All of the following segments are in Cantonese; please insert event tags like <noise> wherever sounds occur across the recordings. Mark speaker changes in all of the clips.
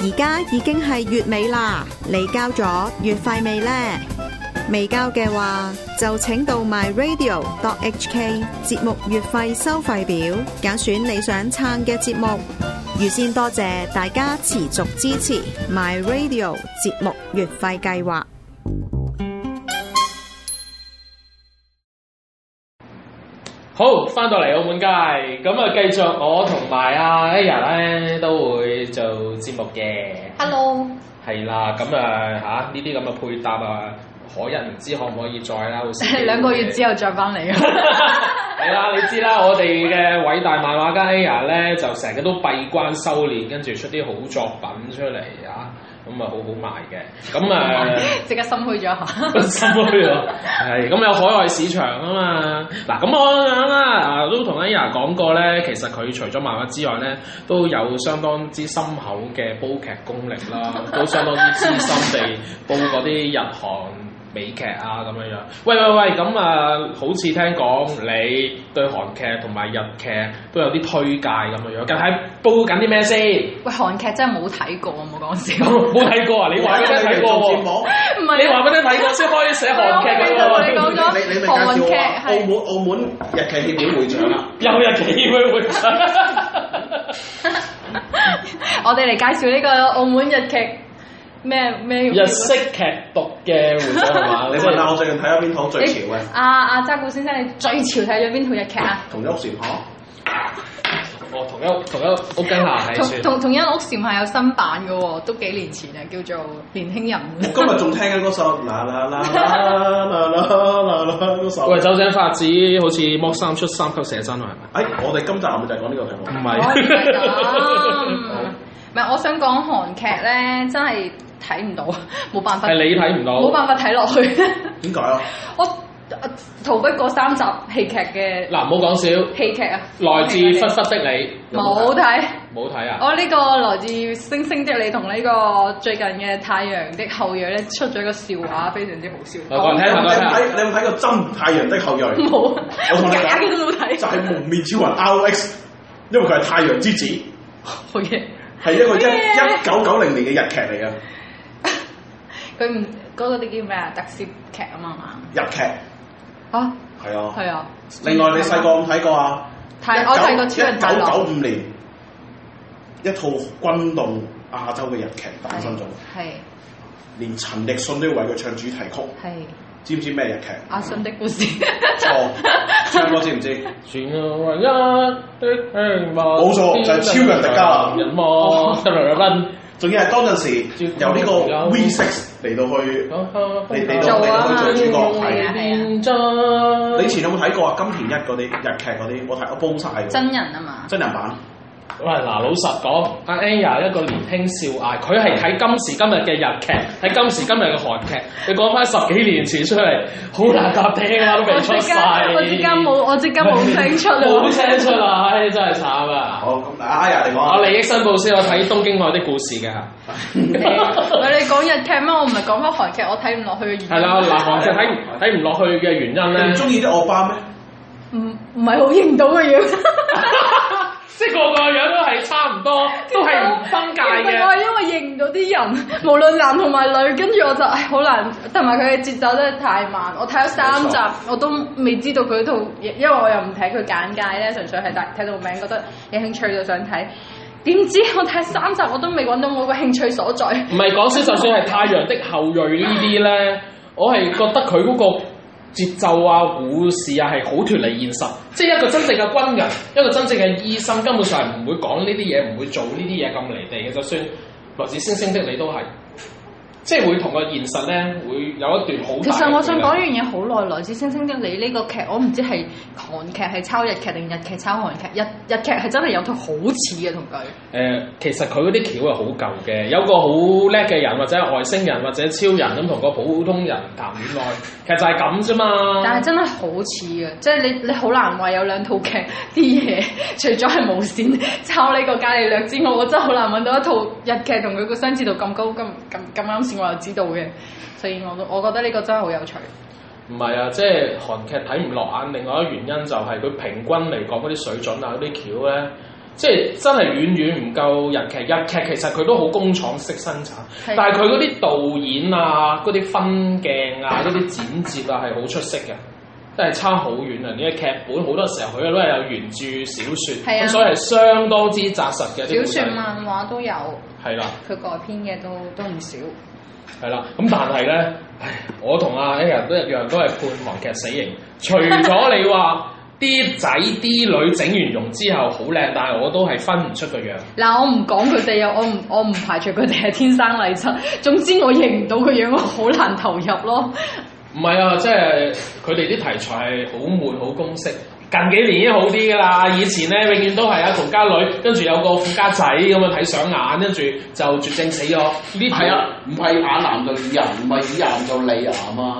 Speaker 1: 而家已經係月尾啦，你交咗月費未呢？未交嘅話，就請到 myradio.hk 節目月費收費表，揀選你想撐嘅節目。預先多謝大家持續支持 myradio 節目月費計劃。
Speaker 2: 好，翻到嚟澳門街，咁啊繼續我同埋阿 A 人咧都會做節目嘅，
Speaker 3: Hello，
Speaker 2: 係啦，咁啊吓呢啲咁嘅配搭啊，可人唔知可唔可以再啦？好
Speaker 3: <laughs>
Speaker 2: 似
Speaker 3: <laughs> 兩個月之後再翻嚟 <laughs> 啊！
Speaker 2: 係啦，你知啦，我哋嘅偉大漫畫家 Aya 咧，就成日都閉關修練，跟住出啲好作品出嚟啊，咁啊好好賣嘅。咁
Speaker 3: <laughs>
Speaker 2: 啊， <laughs>
Speaker 3: 即刻心虛咗一下。
Speaker 2: 心虛喎，係咁有海外市場啊嘛。嗱，咁我諗啦，啊都同 Aya 講過咧，其實佢除咗漫畫之外咧，都有相當之深厚嘅煲劇功力啦，
Speaker 3: <laughs>
Speaker 2: 都相當之資深地煲嗰啲日韓。美劇啊咁樣樣。喂喂喂，咁啊，好似聽講你對韓劇同埋日劇都有啲推介咁樣樣，近排煲緊啲咩先？
Speaker 3: <laughs> 喂，韓劇真係冇睇過，冇講笑。
Speaker 2: 冇睇過啊！你話俾我聽睇過
Speaker 4: 做
Speaker 2: 喎，
Speaker 4: 節目
Speaker 3: <laughs> 唔係啊
Speaker 2: 你話俾我聽睇過先可以寫韓劇嘅
Speaker 3: 我
Speaker 2: 喎
Speaker 3: 記。得講咗
Speaker 4: 你你咪介紹我啊
Speaker 3: 韓劇係
Speaker 4: 澳門澳門日劇協會會長啊！
Speaker 2: 有日期會會長，
Speaker 3: <laughs> 我哋嚟介紹呢個澳門日劇咩咩
Speaker 2: <laughs> 日式劇毒嘅會長係嘛？
Speaker 4: <laughs> 你問下我最近睇咗邊套最潮嘅？
Speaker 3: 阿阿啊渣古先生，你最潮睇咗邊套日劇啊？
Speaker 4: 同一屋簷下，
Speaker 2: 我哦同一同一屋根下係
Speaker 3: 同
Speaker 2: 算。
Speaker 3: 同同一屋簷係有新版嘅喎，都幾年前啊，叫做《年輕
Speaker 4: 我
Speaker 3: 人》。
Speaker 4: 今日仲聽緊嗰首啦啦啦啦啦啦啦嗰首。
Speaker 2: 喂，酒井法子好似剝衫出三級寫真喎，係咪？
Speaker 4: 哎，我哋今集咪就係講呢個題
Speaker 2: 唔
Speaker 4: 目。
Speaker 3: 哦原來係
Speaker 2: 係
Speaker 3: <laughs> 咁。唔係，我想講韓劇咧，真係睇唔到，冇辦法，
Speaker 2: 係你睇唔到。
Speaker 3: 冇辦法睇落去。
Speaker 4: 點解啊？
Speaker 3: 我啊逃不過三集戲劇嘅
Speaker 2: 嗱，唔好講少，
Speaker 3: 戲劇啊，
Speaker 2: 來自《忽忽的你
Speaker 3: 冇睇。》，
Speaker 2: 冇睇
Speaker 4: 哦
Speaker 2: 啊？
Speaker 3: 我呢個來自星星的你同呢個最近嘅《太陽的後裔》咧出咗個笑話，非常之好笑。
Speaker 2: 我講
Speaker 4: 你
Speaker 2: 聽下，講
Speaker 4: 有
Speaker 2: 聽
Speaker 4: 冇
Speaker 2: 下。
Speaker 4: 睇？你有冇睇過《真太陽的後裔》？
Speaker 3: 冇啊，
Speaker 4: 我同你
Speaker 3: 假嘅都冇
Speaker 4: 講，
Speaker 3: 睇。
Speaker 4: 就係蒙面超人 RX，因為佢係太陽之子，
Speaker 3: 好嘢，
Speaker 4: 係一個一
Speaker 3: 咩
Speaker 4: 一九九零年嘅日劇嚟嘅
Speaker 3: 佢唔嗰個啲叫咩啊？特攝劇啊嘛嘛。
Speaker 4: 日劇，
Speaker 3: 啊，
Speaker 4: 係啊。
Speaker 3: 係啊。
Speaker 4: 另外你細個有冇睇過啊？
Speaker 3: 睇我睇過《超人大
Speaker 4: 一九九
Speaker 3: 羅》
Speaker 4: 五年一套轟動亞洲嘅日劇誕生咗，
Speaker 3: 係
Speaker 4: 連陳奕迅都要為佢唱主題曲，
Speaker 3: 係
Speaker 4: 知唔知咩日劇？
Speaker 3: <laughs> 阿信的故事。
Speaker 4: 錯，
Speaker 3: <laughs>
Speaker 4: 唱歌知唔知？
Speaker 2: 全為一的希望。
Speaker 4: 冇錯就係超人迪迦啦哦
Speaker 2: 人 <laughs> 望得嚟分。
Speaker 4: 仲要係當陣時由呢個 V Six 嚟到去，你你
Speaker 3: 做
Speaker 4: 到你
Speaker 3: 啊
Speaker 4: 到去做主角
Speaker 3: 係啊
Speaker 4: 係。
Speaker 2: 變裝
Speaker 4: 你以前有冇睇過啊？金田一嗰啲日劇嗰啲，我睇我煲晒喎。
Speaker 3: 真人啊嘛。
Speaker 4: 真人版
Speaker 2: 喂，嗱，老實講，阿 Aya 一個年輕少艾，佢係睇今時今日嘅日劇，睇今時今日嘅韓劇。你講翻十幾年前出嚟，好難答聽啊，都未
Speaker 3: 我
Speaker 2: 出
Speaker 3: 即刻
Speaker 2: 世。
Speaker 3: 我即刻冇我即刻冇聲出啊！
Speaker 2: 冇聲出啊！唉，真係慘啊！
Speaker 4: 好咁，阿雅你講
Speaker 2: 我
Speaker 4: 啊，
Speaker 2: 利益申報先，我睇《東京愛的故事》嘅。
Speaker 3: <laughs> 喂，你講日劇咩？我唔係講翻韓劇，我睇唔落去嘅原因。
Speaker 2: 係啦，嗱，韓劇睇唔睇唔落去嘅原因
Speaker 4: 你
Speaker 2: 咧
Speaker 4: 唔，中意啲惡霸咩？
Speaker 3: 唔唔係好認到嘅樣，
Speaker 2: <laughs> 即係個個樣都係差唔多， <laughs> 都係唔分界
Speaker 3: <laughs> 其實我
Speaker 2: 嘅。
Speaker 3: 係因為認唔到啲人，無論男同埋女，跟住我就唉好難，同埋佢嘅節奏真係太慢。我睇咗三集
Speaker 4: 冇錯，
Speaker 3: 我都未知道佢套，因為我又唔睇佢簡介咧，純粹係睇睇到名覺得有興趣就想睇。點知我睇三集我都未揾到我個興趣所在。
Speaker 2: 唔係講笑，就算係《太陽的後裔》呢啲咧，我係覺得佢嗰個節奏啊、故事啊係好脱離現實。即係一個真正嘅軍人，一個真正嘅醫生，根本上係唔會講呢啲嘢，唔會做呢啲嘢咁離地嘅。就算來自星星的你都係，即係會同個現實咧會有一段好大嘅
Speaker 3: 其實我想
Speaker 2: 距離
Speaker 3: 講一樣嘢好耐，來自星星的你呢個劇，我唔知係韓劇係抄日劇定日劇抄韓劇。日日劇係真係有套好似嘅同佢，
Speaker 2: 誒、其實佢嗰啲橋係好舊嘅，有個好叻嘅人或者係外星人或者超人咁同個普通人談戀愛，其實就係咁啫
Speaker 3: 但
Speaker 2: 嘛。
Speaker 3: 係真係好似嘅，即係你你好難話有兩套劇啲嘢， <laughs> 除咗係無線抄呢個伽利略之外，我真係好難揾到一套日劇同佢個相似度咁高咁咁咁啱先我又知道嘅，所以我都我覺得呢個真係好有趣。
Speaker 2: 唔係啊，即係韓劇睇唔落眼，另外一個原因就係佢平均嚟講嗰啲水準啊，嗰啲橋咧即係真係遠遠唔夠日劇，日劇其實佢都好工廠式生產，
Speaker 3: 係
Speaker 2: 但係佢嗰啲導演啊、嗰啲分鏡啊、嗰啲剪接啊係好出色嘅，真係差好遠啊！呢個劇本好多時候佢都係有原著小説，
Speaker 3: 係啊
Speaker 2: 咁、所以係相當之扎實嘅啲
Speaker 3: 小
Speaker 2: 故仔
Speaker 3: 説。漫畫都有，
Speaker 2: 係啦，
Speaker 3: 佢改編嘅都都唔少。
Speaker 2: 係啦，咁但係咧，唉我同阿 A 人都一樣，都係判亡劇死刑。除咗你話啲仔啲女整完容之後好靚，但係我都係分唔出個樣。
Speaker 3: 嗱，我唔講佢哋啊，我唔我唔排除佢哋係天生麗質。 <laughs> 總之我認唔到個樣，我好難投入咯。
Speaker 2: 唔係啊，即係佢哋啲題材係好悶、好公式。近幾年已經好啲㗎啦，以前咧永遠都係啊窮家女，跟住有個富家仔咁樣睇上眼，跟住就絕症死咗。呢排
Speaker 5: 係啊，唔係眼癌就耳癌，唔係耳癌就脷癌啊！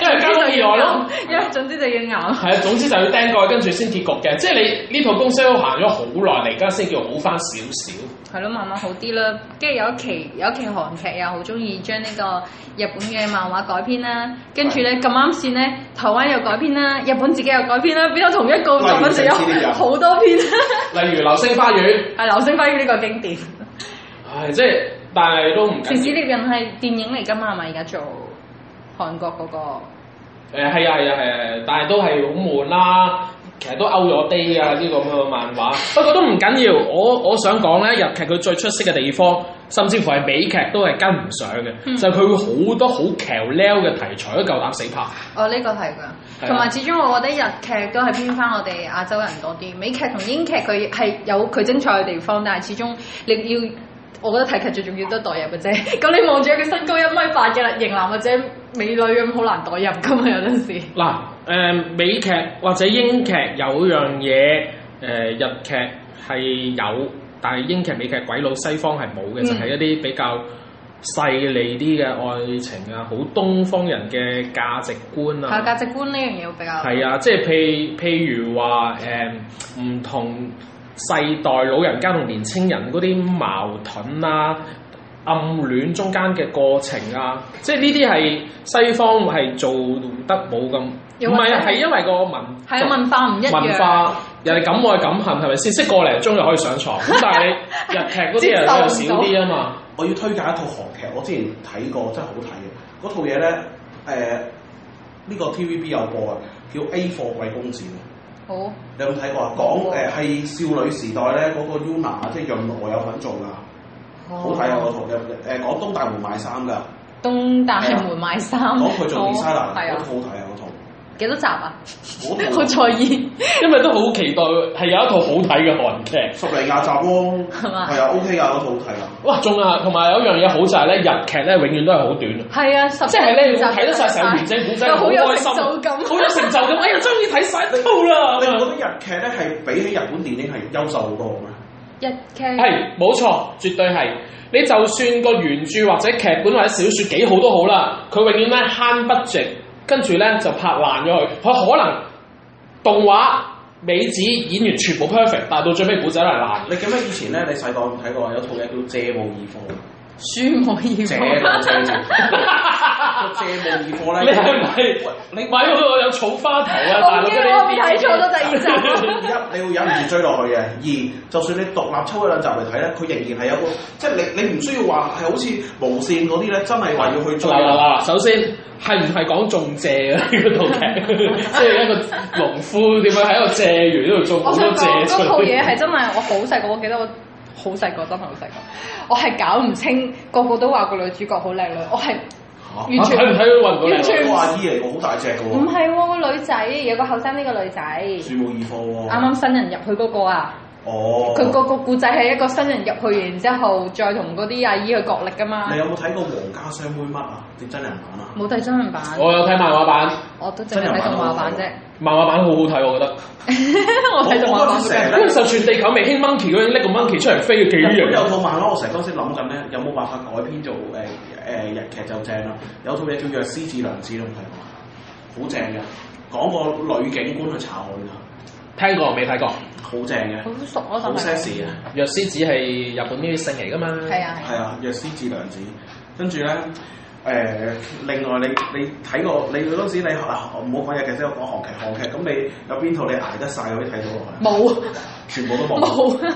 Speaker 2: 因為交通意外咯。
Speaker 3: 因為總之就要咬。
Speaker 2: 係啊，總之就要釘蓋，跟住先結局嘅。即係你呢套公式都行咗好耐，嚟而家先叫好翻少少。
Speaker 3: 係咯，慢慢好啲啦。跟住有一期有一期韓劇又好中意將呢個日本嘅漫畫改編啦，跟住咧咁啱線咧，台灣又改編啦，日本自己又改編啦，變咗同一個作品就
Speaker 4: 例如
Speaker 3: 有
Speaker 4: 《
Speaker 3: 好多篇。
Speaker 2: 例如《流星花園》，
Speaker 3: <laughs> 係《流星花園》呢個經典，《
Speaker 2: 唉，即係但係都唔
Speaker 3: 城市
Speaker 2: 緊
Speaker 3: 獵人》係電影嚟㗎嘛？係咪而家做韓國嗰個？
Speaker 2: 要。誒係啊係啊係啊，但係都係好悶啦。其實都 out 咗 day 啊！呢個咁嘅漫畫，不過都唔緊要。我我想講咧，日劇佢最出色嘅地方，甚至乎係美劇都係跟唔上嘅，
Speaker 3: 嗯
Speaker 2: 就係佢會好多好橋撩嘅題材都夠膽死拍。
Speaker 3: 哦，呢、個係
Speaker 2: 啊
Speaker 3: 㗎，同埋始終我覺得日劇都係偏翻我哋亞洲人多啲，美劇同英劇佢係有佢精彩嘅地方，但係始終你要，我覺得睇劇最重要都係代入嘅啫。 <laughs> 咁你望住佢身高一米八嘅型男或者美女咁，好難代入㗎嘛有陣時。
Speaker 2: 嗱，誒、美劇或者英劇有樣嘢，誒、日劇係有，但係英劇、美劇、鬼佬、西方係冇嘅，就係一啲比較細膩啲嘅愛情啊，好東方人嘅價值觀
Speaker 3: 係
Speaker 2: 啊，
Speaker 3: 價值觀呢樣嘢會比較
Speaker 2: 係啊，即係譬譬如話誒唔同世代老人家同年青人嗰啲矛盾啊。暗戀中間嘅過程啊，即係呢啲係西方係做得冇咁，
Speaker 3: 又
Speaker 2: 唔
Speaker 3: 或者
Speaker 2: 係啊，係因為個文
Speaker 3: 係啊文化唔一樣。
Speaker 2: 文化人哋敢愛敢恨係咪先？識個零鐘就可以上床，
Speaker 3: <laughs>
Speaker 2: 咁但係你日劇嗰啲人就少啲啊嘛。
Speaker 4: 我要推介一套韓劇，我之前睇過，真係好睇嘅。嗰套嘢咧，誒、呢、個 TVB 有播啊，叫《A 貨貴公子》。
Speaker 3: 好
Speaker 4: 你有冇睇過啊？講誒係少女時代咧嗰、個 Yuna，即係潤娥有份做㗎，
Speaker 3: 哦
Speaker 4: 好睇啊！嗰套有誒講東大門買衫㗎，
Speaker 3: 東大門買衫，
Speaker 4: 啊講佢做
Speaker 3: 好
Speaker 4: designer，
Speaker 3: 哦係
Speaker 4: 嗰套
Speaker 3: 啊，
Speaker 4: 好睇啊！嗰套
Speaker 3: 幾多集啊？
Speaker 4: 嗰
Speaker 3: <laughs>
Speaker 4: 套
Speaker 3: 好在意
Speaker 2: 因為都好期待係有一套好睇嘅韓劇。
Speaker 4: 十零廿集咯，
Speaker 3: 係嘛
Speaker 4: 係啊 OK 㗎嗰套好睇啊！
Speaker 2: 哇，仲啊，同埋有一樣嘢好就係咧，日劇咧永遠都係好短啊。
Speaker 3: 係啊，十
Speaker 2: 即係咧，你
Speaker 3: 集
Speaker 2: 會睇得晒成個完整古仔，
Speaker 3: 又
Speaker 2: 好
Speaker 3: 好有
Speaker 2: 開
Speaker 3: 成
Speaker 2: 心，啊
Speaker 3: 就感。
Speaker 2: 好有成就感。哎呀，終於睇晒套
Speaker 3: <laughs>
Speaker 2: 啦！
Speaker 4: 你唔覺得日劇咧係比起日本電影係優秀好多嘅咩？
Speaker 3: 日劇
Speaker 2: 係冇錯，絕對係。你就算個原著或者劇本或者小説幾好都好啦，佢永遠咧慳 budget，跟住咧就拍爛咗佢。佢可能動畫、美指、演員全部 perfect，但係到最尾古仔都係爛。
Speaker 4: 你記唔記得以前咧？你細個有冇睇過有套嘢叫《借冇二貨》？
Speaker 3: 書無以
Speaker 4: 借
Speaker 3: 望，
Speaker 4: 到借借，借冇二貨
Speaker 2: 你
Speaker 4: 咧。
Speaker 2: 係咪
Speaker 4: 你
Speaker 2: 買嗰個有草花頭啊？大佬
Speaker 3: 我驚我睇錯咗第二集。
Speaker 4: <laughs> 一你要忍唔住追落去嘅，二就算你獨立抽一兩集嚟睇咧，佢仍然係有個即係你你唔需要話係好似無線嗰啲咧，真係話要去追
Speaker 2: 嗱嗱嗱，首先係唔係講種蔗啊？ <laughs> 呢套
Speaker 3: <laughs>
Speaker 2: 劇，即係一個農夫點樣喺個蔗園嗰度種
Speaker 3: 我
Speaker 2: 好
Speaker 3: 想
Speaker 2: 多
Speaker 3: 講
Speaker 2: 蔗出
Speaker 3: 嗰套嘢
Speaker 2: 嚟。啊
Speaker 3: 係真係我好細個，我記得我好細個，真係好細個，我係搞唔清，個個都話個女主角好靚女，我係
Speaker 4: 嚇
Speaker 2: 啊
Speaker 3: 完全
Speaker 2: 睇唔睇都揾唔到
Speaker 3: 完
Speaker 2: 你。
Speaker 3: 全
Speaker 4: 嗰個阿姨嚟喎，好大隻嘅
Speaker 3: 唔
Speaker 4: 喎，
Speaker 3: 係喎個女仔，有個後生呢個女仔，啱
Speaker 4: 樹冇二貨喎。
Speaker 3: 啱新人入去嗰個啊，
Speaker 4: 哦，
Speaker 3: 佢個個故仔係一個新人入去，然之後再同嗰啲阿姨去角力㗎嘛
Speaker 4: 你，有冇睇過皇家雙妹乜啊？啲真人版啊？
Speaker 3: 冇睇真人版，
Speaker 2: 我有睇漫畫版，
Speaker 3: 我都淨係睇動畫版啫，
Speaker 2: 漫畫版好好睇，我覺得。
Speaker 3: <laughs> 我睇動畫版
Speaker 4: 我覺得成
Speaker 3: 嘅
Speaker 4: 日。
Speaker 2: 因為就全地球未興 monkey 嗰陣，拎個 monkey 出嚟飛嘅幾
Speaker 4: 日本
Speaker 3: 啊
Speaker 4: 有
Speaker 2: 樣。
Speaker 4: 套漫畫，我成日都先諗緊咧，有冇辦法改編做誒誒、日劇就正啦。有套嘢叫《若獅子良知》都睇過，啊好正嘅，講個女警官去查案㗎，
Speaker 2: 聽過未睇過？
Speaker 4: 好正嘅，
Speaker 3: 好熟咯，
Speaker 4: 好 sexy 嘅。
Speaker 2: 若獅子係日本呢啲姓嚟㗎嘛？
Speaker 3: 係啊係
Speaker 4: 係
Speaker 3: 啊，
Speaker 4: 啊，若獅子良子，跟住咧誒，另外你你睇過你嗰陣時你啊唔好講日劇，即係講韓劇韓劇，咁你有邊套你捱得晒可以睇到落去？
Speaker 3: 冇
Speaker 4: 全部都冇。
Speaker 3: 冇，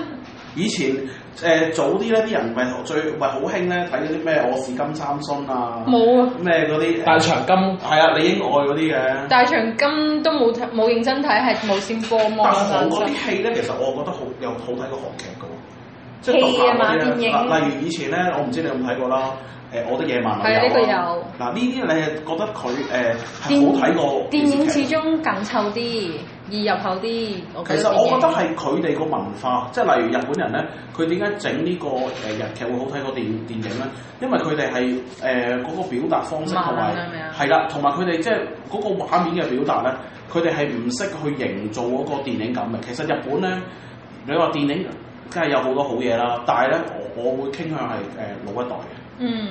Speaker 4: 以前誒、早啲咧，啲人咪最咪好興咧睇嗰啲咩我是金三殉啊，
Speaker 3: 冇啊，
Speaker 4: 咩嗰啲
Speaker 2: 但係長金
Speaker 4: 係啊，你應愛嗰啲嘅。
Speaker 3: 大長今都冇睇冇認真睇，係無線播
Speaker 4: 但
Speaker 3: 望
Speaker 4: 係
Speaker 3: 嗰
Speaker 4: 我嗰
Speaker 3: 陣
Speaker 4: 啲戲咧，其實我覺得好有好睇過韓劇嘅喎，即
Speaker 3: 戲啊嘛
Speaker 4: 獨立嗰啲咧
Speaker 3: 電影
Speaker 4: 嗱例如以前咧，我唔知你有冇睇過啦，誒我的野蠻
Speaker 3: 係啊呢個
Speaker 4: 女友啊
Speaker 3: 有。
Speaker 4: 嗱呢啲你係覺得佢誒
Speaker 3: 電
Speaker 4: 係好睇過
Speaker 3: 電影始
Speaker 4: 電視劇
Speaker 3: 終緊湊啲，易入口啲。我
Speaker 4: 其實我覺得係佢哋個文化，即係例如日本人咧，佢點解整呢個誒日劇會好睇過電電影咧？因為佢哋係誒嗰個表達方式同埋
Speaker 3: 慢啊咩啊
Speaker 4: 係啦，同埋佢哋即係嗰個畫面嘅表達咧，佢哋係唔識去營造嗰個電影感嘅。其實日本咧，你話電影梗係有好多好嘢啦，但係咧我我會傾向係誒、老一代嘅，
Speaker 3: 嗯，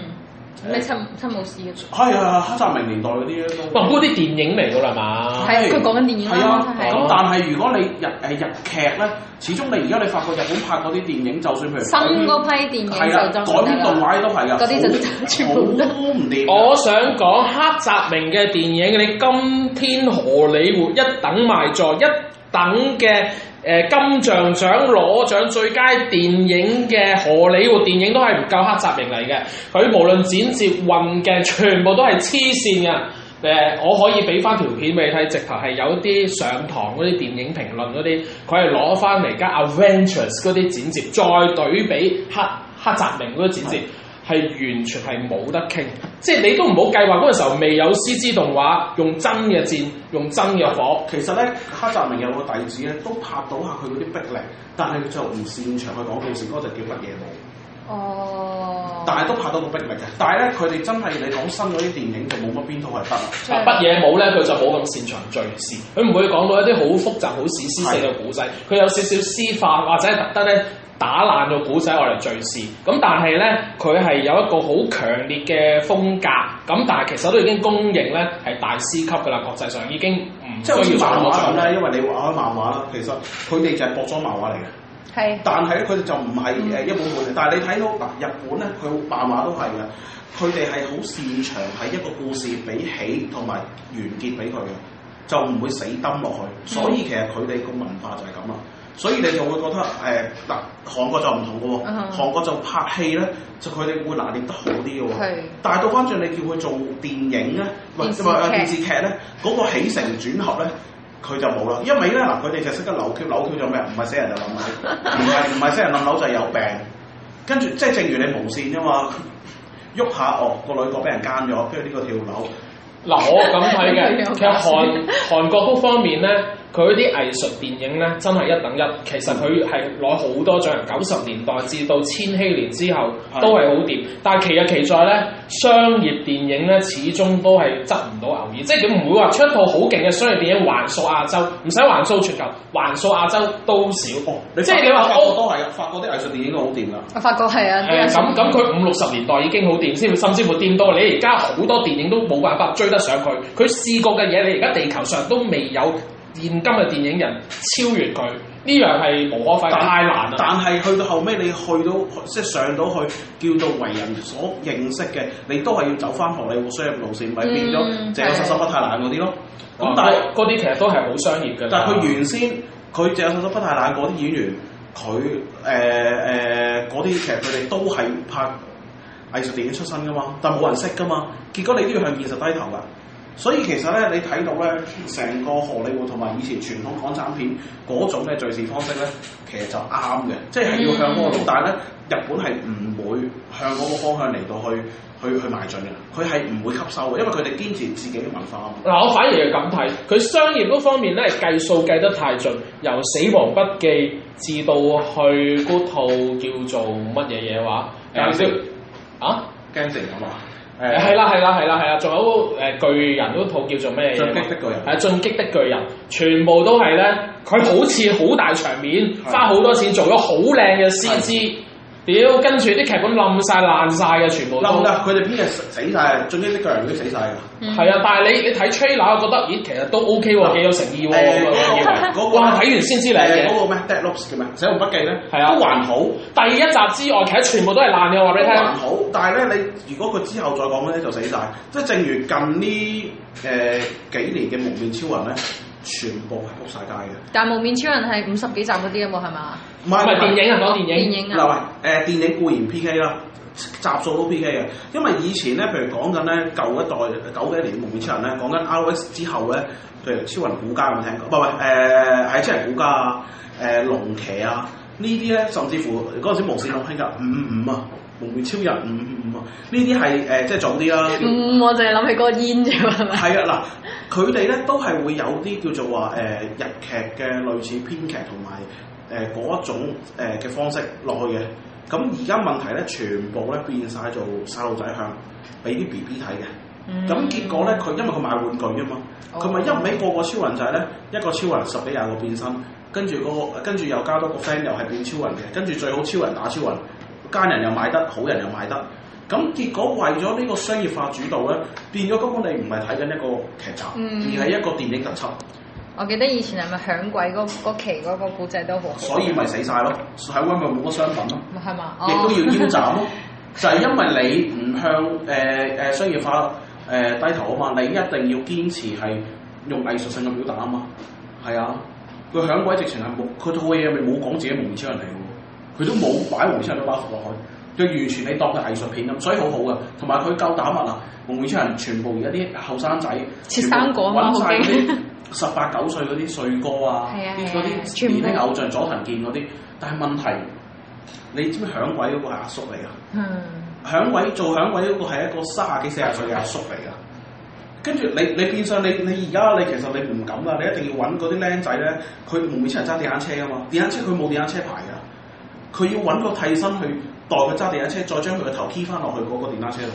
Speaker 3: 咩七七武士嘅，
Speaker 4: 係啊黑澤明年代嗰啲咧都。
Speaker 2: 哇嗰啲電影嚟㗎啦嘛，
Speaker 3: 係啊佢講緊電影
Speaker 4: 係啊
Speaker 3: 啦，，
Speaker 4: 咁
Speaker 3: 嗯係
Speaker 4: 但係如果你日誒日劇咧，始終你而家你發覺日本拍嗰啲電影，就算譬如
Speaker 3: 新嗰批電影
Speaker 4: 係啦，
Speaker 3: 就真
Speaker 4: 改編動畫都係噶，
Speaker 3: 嗰啲就
Speaker 4: 好
Speaker 3: 全部唔得
Speaker 4: 好唔掂啊㗎。
Speaker 2: 我想講黑澤明嘅電影，你今天荷里活一等賣座，一等嘅誒、呃金像獎攞獎最佳電影嘅荷里活電影都係唔夠黑澤明嚟嘅，佢無論剪接、運鏡，全部都係黐線嘅。誒、我可以俾翻條片俾你睇，直頭係有啲上堂嗰啲電影評論嗰啲，佢係攞翻嚟加 Avengers 嗰啲剪接，再對比黑黑澤明嗰啲剪接。係完全係冇得傾，即係你都唔好計劃嗰陣時候未有 CG 動畫，用真嘅箭，用真嘅火，
Speaker 4: 其實咧，黑澤明有個弟子咧，都拍到下佢嗰啲逼力，但係就唔擅長去講故事，嗰個就叫乜嘢舞，
Speaker 3: 哦，
Speaker 4: 但係都拍到個逼力嘅。但係咧，佢哋真係你講新嗰啲電影就冇乜邊套係得啦。
Speaker 3: 即
Speaker 2: 啊
Speaker 3: 係
Speaker 2: 乜嘢冇咧，佢就冇咁擅長敘事，佢唔會講到一啲好複雜、好史詩性嘅古仔，佢有少少詩化或者係特登咧打爛個古仔我嚟敘事，咁但係咧佢係有一個好強烈嘅風格，咁但係其實都已經公認咧係大師級㗎啦，國際上已經唔需
Speaker 4: 即係
Speaker 2: 要
Speaker 4: 好似
Speaker 2: 再
Speaker 4: 漫
Speaker 2: 攞
Speaker 4: 畫
Speaker 2: 獎
Speaker 4: 咁
Speaker 2: 啦。
Speaker 4: 咧，因為你畫開漫畫啦，其實佢哋就係博咗漫畫嚟嘅。
Speaker 3: 係嗯
Speaker 4: 但係咧，佢哋就唔係誒一本本嘅。但係你睇到嗱，日本咧，佢漫畫都係嘅，佢哋係好擅長喺一個故事俾起同埋完結俾佢嘅，就唔會死抌落
Speaker 3: 嗯
Speaker 4: 去。所以其實佢哋個文化就係咁啦。所以你就會覺得誒嗱、韓國就唔同嘅喎，
Speaker 3: 嗯
Speaker 4: 韓國就拍戲咧，就佢哋會拿捏得好啲嘅喎
Speaker 3: 係。
Speaker 4: 但係倒翻轉你叫佢做電影咧，唔
Speaker 3: 電視
Speaker 4: 係唔係
Speaker 3: 劇
Speaker 4: 電視劇咧，嗰、個起承轉合咧。佢就冇啦，因為咧嗱，佢哋就識得扭 Q，扭 Q 就咩？唔係死人就冧
Speaker 3: <laughs>
Speaker 4: 樓，唔係唔係死人冧樓就係有病。跟住即係正如你無線啫嘛，喐下哦，個女角俾人奸咗，跟住呢個跳樓，
Speaker 2: 嗱，我咁睇
Speaker 3: 佢 <laughs>
Speaker 2: 嘅，
Speaker 3: 有
Speaker 2: 其實
Speaker 3: 搞笑
Speaker 2: 韓韓國嗰方面咧，佢啲藝術電影咧真係一等一，其實佢係攞好多獎，九十年代至到千禧年之後
Speaker 4: 係
Speaker 2: 都係好掂，但係其實其在咧，商業電影咧始終都係執唔到牛耳，即係佢唔會話出一套好勁嘅商業電影橫掃亞洲，唔使橫掃全球，橫掃亞洲都少。
Speaker 4: 哦
Speaker 2: 即係你話哦
Speaker 4: 法
Speaker 2: 歐
Speaker 4: 國都係啊，法國啲藝術電影都好掂㗎。
Speaker 3: 我發覺係啊，
Speaker 2: 誒呃咁咁，佢五六十年代已經好掂先，甚至乎掂到你而家好多電影都冇辦法追得上佢。佢試過嘅嘢，你而家地球上都未有現今嘅電影人超越佢，呢樣係無可否認，
Speaker 4: 但
Speaker 2: 太難啦。
Speaker 4: 但係去到後尾，你去到即係上到去叫做為人所認識嘅，你都係要走翻荷里活商業路線，咪變咗
Speaker 3: 嗯
Speaker 4: 就有實實不太冷嗰啲咯。咁
Speaker 2: 咁
Speaker 4: 但
Speaker 2: 但
Speaker 4: 係
Speaker 2: 係嗰啲其實都係好商業嘅。
Speaker 4: 但係佢原先佢就有手手不太冷嗰啲演員，佢誒誒嗰啲其實佢哋都係拍藝術電影出身噶嘛，但冇人識噶嘛，結果你都要向現實低頭噶。所以其實咧，你睇到咧，成個荷里活同埋以前傳統港產片嗰種嘅敘事方式咧，其實就啱嘅，即係要向嗰個路。但係咧，日本係唔會向嗰個方向嚟到去去去邁進嘅，佢係唔會吸收嘅，因為佢哋堅持自己嘅文化啊嘛。
Speaker 2: 嗱，我反而係咁睇，佢商業嗰方面咧計數計得太盡，由《死亡筆記》至到去嗰套叫做乜嘢嘢話？
Speaker 4: 僵屍
Speaker 2: 啊？
Speaker 4: 驚成咁啊！
Speaker 2: 誒係啦係啦係啦係啦，啊仲有誒巨人嗰套叫做咩嘢？
Speaker 4: 進擊的巨人
Speaker 2: 係啊進擊的巨人，全部都係咧，佢好似好大場面，
Speaker 4: 係
Speaker 2: 花好多錢做咗好靚嘅 CG，屌，跟住啲劇本冧晒爛晒嘅，全部都
Speaker 4: 冧㗎，佢哋編劇死死晒，啊進擊的巨人都死晒㗎。
Speaker 2: 係啊！但係你你睇 trailer 覺得，咦，其實都 OK 喎，幾有誠意喎
Speaker 4: 誒
Speaker 2: 咁樣
Speaker 4: 嗰個
Speaker 2: 嘢哇，睇完先知
Speaker 4: 誒
Speaker 2: 你嘅。
Speaker 4: 嗰個咩 Dead Loops 叫咩？死亡筆記咧，
Speaker 2: 係啊
Speaker 4: 都還好，
Speaker 2: 第一集之外，其實全部都係爛嘅，我話俾
Speaker 4: 都
Speaker 2: 你聽。
Speaker 4: 還好。但係咧，你如果佢之後再講嗰啲就死晒。即係正如近呢誒幾年嘅蒙面超人咧，全部係撲晒街嘅。
Speaker 3: 但係無面超人係五十幾集嗰啲啊嘛，係嘛？
Speaker 4: 唔係
Speaker 2: 唔係電影啊，講電
Speaker 3: 電
Speaker 2: 影。
Speaker 3: 影
Speaker 4: 嗱
Speaker 3: 啊，
Speaker 4: 喂，誒電影固然 P K 啦，集數都 P K 嘅，因為以前咧，譬如講緊咧舊一代九幾年蒙面超人咧，講緊 R X 之後咧，譬如超人古家有冇聽過？唔係唔係誒係超人古家啊，誒、龍騎啊，呢啲咧甚至乎嗰陣時無線好興㗎五五啊，蒙面超人五五五啊，呢啲係誒即係早啲啦。
Speaker 3: <laughs>
Speaker 4: 叫
Speaker 3: 嗯，我淨係諗起嗰個煙啫喎，係咪？
Speaker 4: 係啊，嗱，佢哋咧都係會有啲叫做話誒、呃日劇嘅類似編劇同埋誒嗰一種誒嘅、方式落去嘅。咁而家問題咧，全部咧變晒做細路仔向，俾啲 B B 睇嘅。咁、結果咧，佢因為佢買玩具啊嘛，佢咪一
Speaker 3: 哦
Speaker 4: 味個個超人就係咧一個超人十幾廿個變身，跟住嗰個跟住又加多個 friend 又係變超人嘅，跟住最好超人打超人，奸人又買得，好人又買得。咁結果為咗呢個商業化主導咧，變咗根本你唔係睇緊一個劇集，
Speaker 3: 嗯
Speaker 4: 而係一個電影特輯，
Speaker 3: 我記得以前係咪響鬼嗰嗰期嗰個古仔都好好，
Speaker 4: 所以咪死晒咯。喺温咪冇乜商品咯，
Speaker 3: 係嘛？哦
Speaker 4: 亦都要腰斬
Speaker 3: <laughs>
Speaker 4: 咯。就係因
Speaker 3: 為
Speaker 4: 為你唔向誒誒、呃商業化誒、呃低頭啊嘛，你一定要堅持係用藝術性嘅表達啊嘛。係啊，佢響鬼直情係冇，佢套嘢咪冇講自己蒙面超人嚟嘅喎，佢都冇擺蒙面超人嘅包袱落去，佢完全你當佢藝術片咁，所以好好嘅。同埋佢夠膽啊嗱，蒙面超人全部而家啲後生仔，
Speaker 3: 切生果啊嘛
Speaker 4: 全部揾晒
Speaker 3: 好驚
Speaker 4: 啲十八九歲嗰啲帥哥啊
Speaker 3: 係啊，
Speaker 4: 啲
Speaker 3: 係
Speaker 4: 嗰
Speaker 3: 啊
Speaker 4: 啲
Speaker 3: 全部
Speaker 4: 年輕偶像佐藤健嗰啲，但係問題你知唔知響鬼嗰個係阿叔嚟㗎？
Speaker 3: 嗯。
Speaker 4: 響位做響位嗰個係一個三十幾四十歲嘅阿叔嚟噶。跟住你你變相你你而家你其實你唔敢噶，啊你一定要揾嗰啲僆仔咧，佢蒙面超人揸電單車噶嘛，電單車佢冇電單車牌噶，佢要揾個替身去代佢揸電單車，再將佢個頭 key 翻落去嗰個電單車度。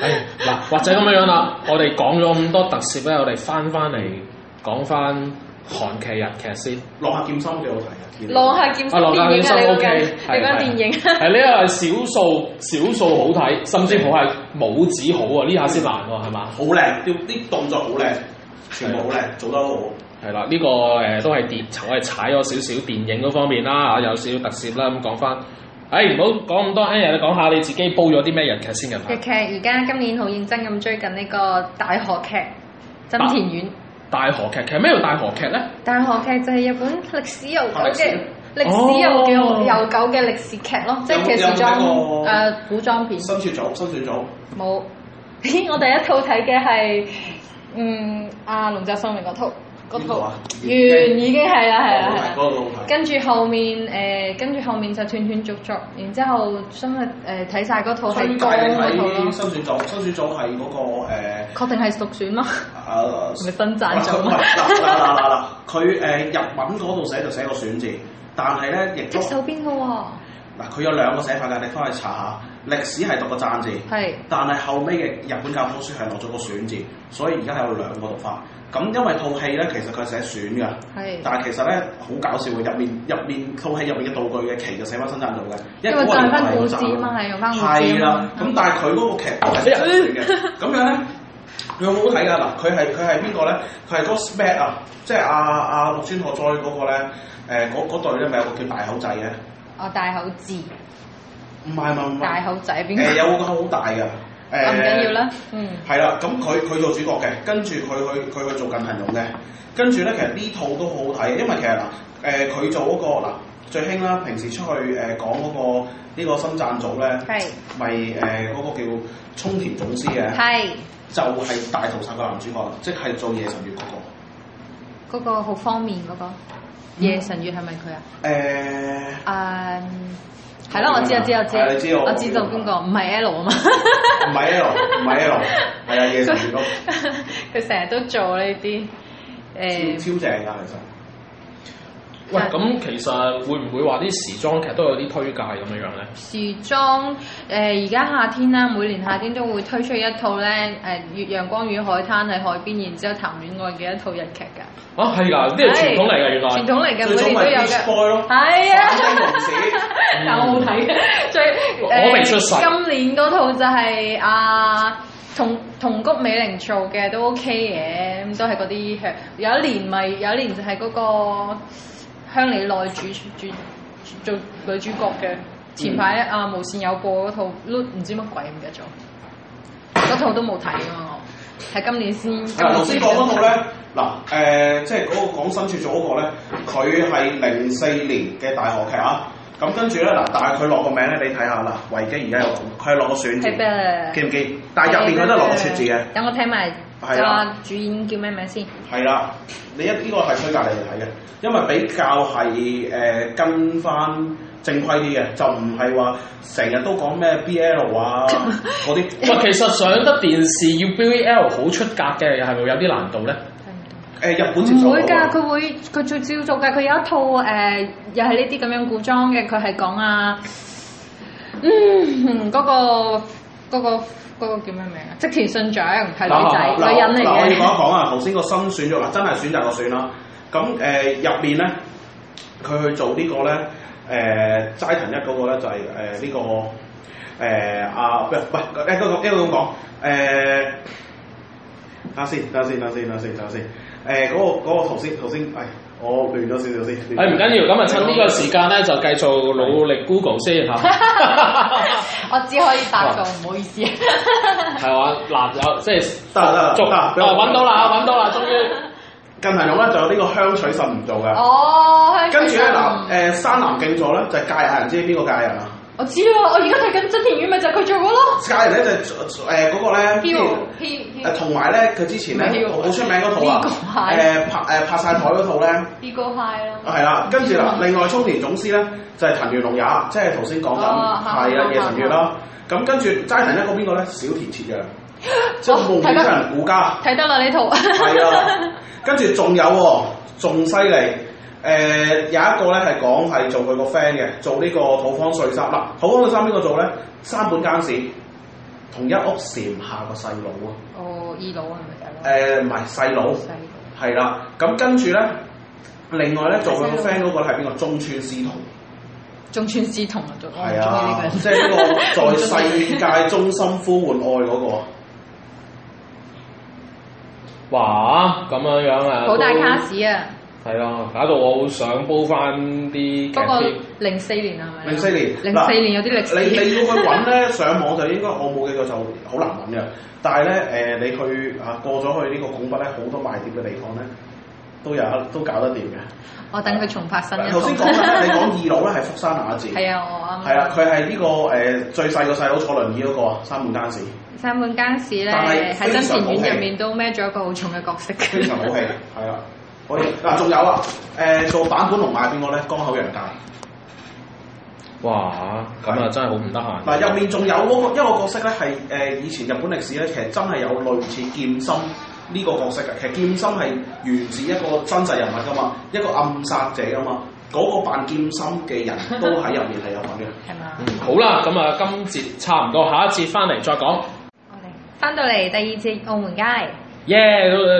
Speaker 2: 唉哎嗱、或者咁樣樣啦，我哋講咗咁多特攝咧，我哋翻翻嚟講翻韓劇、日劇
Speaker 3: <laughs>
Speaker 2: 先。
Speaker 4: 落下劍心幾好睇嘅，
Speaker 3: 浪客劍心
Speaker 2: 啊，羅家
Speaker 3: 電
Speaker 2: 英
Speaker 3: 影
Speaker 2: 心
Speaker 3: 啊，你
Speaker 2: O
Speaker 3: 講
Speaker 2: K，
Speaker 3: 緊你講緊電影啊？
Speaker 2: 係呢個係少數少數好睇，甚至乎係拇指好啊！呢下先難喎，係嘛？
Speaker 4: 好靚，啲啲動作好靚，全部好靚，做得好好。
Speaker 2: 係啦，呢、個誒、都係跌，我係踩咗少少電影嗰方面啦，啊有少少特攝啦，咁講翻。誒唔好講咁多，哎呀，你講下你自己煲咗啲咩日劇先近排
Speaker 3: 日劇而家今年好認真咁追緊呢個大河劇《真田
Speaker 4: 啊
Speaker 3: 院》。
Speaker 2: 大河劇，其實咩叫大河劇咧？
Speaker 3: 大河劇就係日本歷史悠久
Speaker 4: 歷史
Speaker 3: 嘅歷史悠久
Speaker 2: 哦
Speaker 3: 悠久嘅歷史劇咯，即係其
Speaker 4: 有冇
Speaker 3: 實時裝
Speaker 4: 有冇睇過
Speaker 3: 誒古裝片
Speaker 4: 新選組，新選組，
Speaker 3: 冇。咦，我第一套睇嘅係嗯阿龍澤秀明嗰套嗰
Speaker 4: 邊套
Speaker 3: 套
Speaker 4: 啊
Speaker 3: 完已經係啦係啦啊係
Speaker 4: 嗰
Speaker 3: 啦
Speaker 4: 個。好睇。
Speaker 3: 跟住後面誒、呃跟住後面就斷斷續續，然之後真係誒睇晒嗰套
Speaker 4: 推
Speaker 3: 係
Speaker 4: 介
Speaker 3: 江
Speaker 4: 你
Speaker 3: 嗰套
Speaker 4: 睇
Speaker 3: 咯，
Speaker 4: 新選組，新選組係嗰個誒
Speaker 3: 確定係獨選
Speaker 4: <laughs>
Speaker 3: 咯，唔
Speaker 4: 啊
Speaker 3: 係新贊
Speaker 4: 嗱
Speaker 3: 助
Speaker 4: <laughs> 嗱嗱嗱嗱嗱，佢誒、日文嗰度寫就寫個選字，但係咧亦
Speaker 3: 即
Speaker 4: 都
Speaker 3: 手邊啊嘅喎，
Speaker 4: 嗱佢有兩個寫法㗎，你翻去查下。歷史係讀個贊字，
Speaker 3: 係
Speaker 4: 但係後尾嘅日本教科書係落咗個選字，所以而家係有兩個讀法。咁因為套戲咧，其實佢係寫選㗎，
Speaker 3: 係，
Speaker 4: 但係其實咧好搞笑嘅，入面入面套戲入面嘅道具嘅旗就寫翻新贊做嘅，
Speaker 3: 因為就係翻故事
Speaker 4: 因為嗰個
Speaker 3: 啊
Speaker 4: 係贊
Speaker 3: 嘛，係用翻故事
Speaker 4: 係
Speaker 3: 啊
Speaker 4: 啦
Speaker 3: 嘛，，
Speaker 4: 咁但係佢嗰個劇本係真實嘅， <laughs> 咁樣咧佢好好睇㗎嗱，佢係佢係邊個咧？佢係嗰個 Smack 啊，即係阿阿陸川河哉嗰個咧，誒嗰嗰隊咧咪有個叫大口仔嘅，
Speaker 3: 哦大口字，
Speaker 4: 唔係唔係唔係，
Speaker 3: 大口仔邊
Speaker 4: 啊
Speaker 3: 個？
Speaker 4: 誒有個口好大嘅，
Speaker 3: 啊
Speaker 4: 誒
Speaker 3: 唔緊要。啦，嗯，
Speaker 4: 係啦，咁佢佢做主角嘅，跟住佢去佢去做近藤勇嘅，跟住咧其實呢套都好好睇，因為其實嗱誒佢做嗰、個嗱最興啦，平時出去誒講嗰個呢個新贊組咧。
Speaker 3: 係
Speaker 4: 咪誒嗰個叫沖田總司嘅，
Speaker 3: 係
Speaker 4: 就係、大屠殺個男主角啦，即係做夜神月嗰、個。
Speaker 3: 嗰個好方面嗰個
Speaker 4: 嗯
Speaker 3: 夜神月係咪佢啊？
Speaker 4: 誒
Speaker 3: 誒嗯係咯，我知我知我知，
Speaker 4: 係你知我
Speaker 3: 我知道邊個，唔係 L
Speaker 2: <laughs>
Speaker 3: 啊嘛。
Speaker 4: 唔係 L，唔係 L，係啊夜神月咯，
Speaker 3: <laughs> 佢成日都做呢啲
Speaker 4: 超
Speaker 3: 誒，
Speaker 4: 超正㗎其實。
Speaker 2: 喂，咁其實會唔會話啲時裝劇都有啲推介咁樣樣咧？
Speaker 3: 時裝誒而家夏天啦，每年夏天都會推出一套咧誒月陽光與海灘喺海邊，然之後談戀愛嘅一套日劇㗎，
Speaker 2: 啊，係㗎，呢個傳統嚟㗎，原來。
Speaker 3: 傳統嚟嘅，
Speaker 4: 最
Speaker 3: 每
Speaker 4: 早
Speaker 3: 年
Speaker 4: 咪
Speaker 3: 都有
Speaker 4: Beach
Speaker 3: 嘅。
Speaker 4: Boy 咯，
Speaker 3: 係啊，
Speaker 4: 反
Speaker 3: <laughs>
Speaker 4: 町隆史嗯
Speaker 3: 但我冇睇嘅，最
Speaker 2: 我
Speaker 3: 誒
Speaker 2: 我未出世
Speaker 3: 今年嗰套就係啊同同谷美玲做嘅都 OK 嘅，咁都係嗰啲香。有一年咪有一年就係嗰個香里奈主主做女主角嘅。前排
Speaker 4: 嗯
Speaker 3: 啊無線有播嗰套 l 唔知乜鬼唔記得咗，嗰套都冇睇啊嘛我。係今年先。
Speaker 4: 嗱，啊頭先講嗰套咧，
Speaker 3: 啊
Speaker 4: 嗱誒、即係嗰個講身處組嗰個咧，佢係零四年嘅大學劇啊。咁跟住咧，嗱，但係佢落個名咧，你睇下啦，維基而家有講，佢係落個選字
Speaker 3: 係，咩？啊
Speaker 4: 記唔記？但係入邊佢都係落個雪字嘅，
Speaker 3: 等我睇埋
Speaker 4: 係啊
Speaker 3: 個主演叫咩名先？
Speaker 4: 係啦。你一呢個係推介你嚟睇嘅，因為比較係誒、跟翻正規啲嘅，就唔係話成日都講咩 BL 啊
Speaker 3: <laughs>
Speaker 4: 嗰啲。
Speaker 2: 喂，其實上得電視要 BL 好出格嘅，係咪有啲難度咧？
Speaker 4: 誒呃日本接受
Speaker 3: 唔
Speaker 4: 到
Speaker 3: 會㗎，
Speaker 4: 啊
Speaker 3: 佢會佢做照做㗎。佢有一套誒、呃又係呢啲咁樣古裝嘅，佢係講啊，嗯，嗰、個嗰、個嗰、個叫咩名啊？織田信長係女仔，
Speaker 4: 嗱
Speaker 3: 女人嚟
Speaker 4: 嗱我要講
Speaker 3: 嘅。
Speaker 4: 一講啊，頭先個新選咗嗱，真係選擇個選啦。咁誒入面咧，佢去做呢個咧，誒、齋藤一嗰個咧就係誒呢個誒啊，喂喂，一個咁一個咁講誒，等下先，等下先，等下先，等下先，等下先。誒嗰、個嗰、個頭先頭先，誒我亂咗少少先。誒
Speaker 2: 誒唔緊要，咁啊趁呢個時間咧就繼續努力 Google 先
Speaker 4: <laughs>
Speaker 2: 嚇，
Speaker 3: 我只可以百度，唔好意
Speaker 4: <laughs>
Speaker 3: 思。
Speaker 2: 係嘛？嗱，有即係
Speaker 4: 得啦得啦
Speaker 2: 逐
Speaker 4: 得啦
Speaker 2: 啊
Speaker 4: 俾我
Speaker 2: 揾到啦，揾到啦，終於
Speaker 4: 近藤勇咧就有呢個香取慎唔做嘅。
Speaker 3: 哦，香
Speaker 4: 跟住咧
Speaker 3: 港
Speaker 4: 嗱，誒山南敬佐咧就係界人，知唔知邊個界人啊？
Speaker 3: 我知啦，我而家睇緊真田院咪就係佢做嗰咯。
Speaker 4: 界人咧就係誒嗰個咧。
Speaker 3: Hero Hero
Speaker 4: 誒同埋咧，佢之前咧
Speaker 3: 唔係
Speaker 4: 好出名嗰套啊，
Speaker 3: 呢個係
Speaker 4: 誒拍誒拍晒台嗰套咧，
Speaker 3: Hero High 啦。
Speaker 4: 係啊啦，跟住
Speaker 3: 嗯
Speaker 4: 嗱，另外沖田總司咧就係藤原龍也，即係頭先講緊，
Speaker 3: 哦
Speaker 4: 係啦
Speaker 3: 嚇
Speaker 4: 夜神月啦，咁跟住齋藤一個邊個咧，小田切
Speaker 3: <laughs>
Speaker 4: 讓，即係
Speaker 3: 哦
Speaker 4: 夢想人顧家，
Speaker 3: 睇得啦呢套。
Speaker 4: 係
Speaker 3: <laughs>
Speaker 4: 啊啦，跟住仲有喎，仲犀利。誒、有一個咧係講係做佢個 friend 嘅，做呢個土方歲三嗱，土方歲三邊個做咧？三本耕史同一屋檐下個細佬啊！
Speaker 3: 哦，二佬係咪就係咯？
Speaker 4: 誒唔係細佬，
Speaker 3: 細佬
Speaker 4: 係啦。咁跟住咧，另外咧做佢個
Speaker 3: 細佬
Speaker 4: friend 嗰個係邊個？中村司徒，
Speaker 3: 中村司同啊，仲我唔中意
Speaker 4: 係
Speaker 3: 呢
Speaker 4: 啊
Speaker 3: 個人，
Speaker 4: 即係呢個在世界中心呼喚愛嗰個。啊
Speaker 2: 哇咁樣樣啊，
Speaker 3: <laughs> 好大
Speaker 2: 都
Speaker 3: 卡士啊！
Speaker 2: 係啊，搞到我好想煲翻啲劇
Speaker 3: 不過
Speaker 2: 添。
Speaker 3: 零四年係咪？
Speaker 4: 嗯零四年，
Speaker 3: 零四年有啲歷
Speaker 4: 嗱你你
Speaker 3: 史。
Speaker 4: 要去揾咧， <laughs> 上網就應該我冇記錯就好難揾嘅。但係咧誒，你去啊過咗去呢個拱北咧，好多賣碟嘅地方咧。都有都搞得掂嘅。
Speaker 3: 我等佢重拍新一
Speaker 4: 頭
Speaker 3: 套。
Speaker 4: 先講緊咧，你講二佬咧係福山雅治，
Speaker 3: <laughs> 係啊，我啱。
Speaker 4: 係啦，。佢係呢個誒最細個細佬坐輪椅嗰個啊三本耕史。
Speaker 3: 三本奸士咧
Speaker 4: 但係
Speaker 3: 喺真田
Speaker 4: 非常好戲
Speaker 3: 院入面都孭咗一個好重嘅角色。
Speaker 4: 非常好戲，係啦。可以嗱，仲有啊，誒、做版本龍馬邊個咧？江口洋介
Speaker 2: 哇！咁啊，真係好唔得閒。
Speaker 4: 嗱，入面仲有嗰個一個角色咧，係誒、以前日本歷史咧，其實真係有類似劍心呢個角色嘅。其實劍心係源自一個真實人物噶嘛，一個暗殺者噶嘛，嗰、個扮劍心嘅人都喺入面係
Speaker 3: <laughs>
Speaker 4: 有份嘅。
Speaker 3: 係嘛？
Speaker 2: 嗯，好啦，咁啊，今節差唔多，下一節翻嚟再講。
Speaker 3: 我哋翻到嚟第二節澳門街，
Speaker 2: 耶！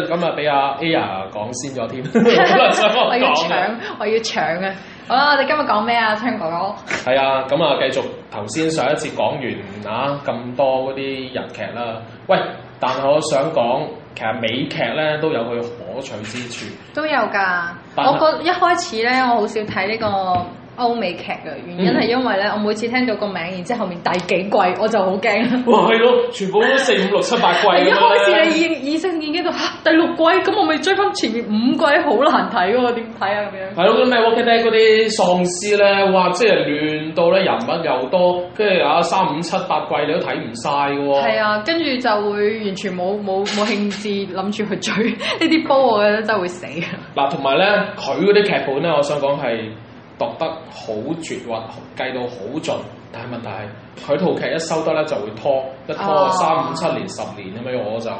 Speaker 2: 咁啊，俾阿 Aya 講先咗
Speaker 3: <laughs>
Speaker 2: 添，好啦，想我
Speaker 3: 我要
Speaker 2: 講啊嘅。
Speaker 3: 搶，我要搶啊！好啦，我哋今日講咩啊？昌哥哥。
Speaker 2: 係啊，咁啊，繼續頭先上一節講完啊咁多嗰啲日劇啦。喂，但係我想講，其實美劇咧都有佢可取之處。
Speaker 3: 都有㗎，
Speaker 2: 但係
Speaker 3: 我覺一開始咧，我好少睇呢個歐美劇嘅，原因係因為咧，我每次聽到個名，然之後後面第幾季，我就好驚。
Speaker 2: <laughs> 哇，係咯，全部都四五六七八季
Speaker 3: 一
Speaker 2: 咁
Speaker 3: 開始
Speaker 2: 樣
Speaker 3: 你
Speaker 2: 咧。
Speaker 3: 已已經已經到嚇啊第六季，咁我咪追翻前面五季，好難睇喎，點睇啊咁樣？
Speaker 2: 係咯，嗰啲咩 Walking Dead 嗰啲喪屍咧，哇！即係亂到咧，人物又多，跟住啊三五七八季你都睇唔晒嘅喎。
Speaker 3: 係啊，跟住就會完全冇冇冇興致諗住去追 <laughs> 呢啲煲，我覺得真係會死啊！
Speaker 2: 嗱，同埋咧，佢嗰啲劇本咧，我想講係讀得好絕或計到好盡，但係問題係佢套劇一收得咧就會拖，一拖
Speaker 3: 哦
Speaker 2: 三五七年、十年咁樣，我就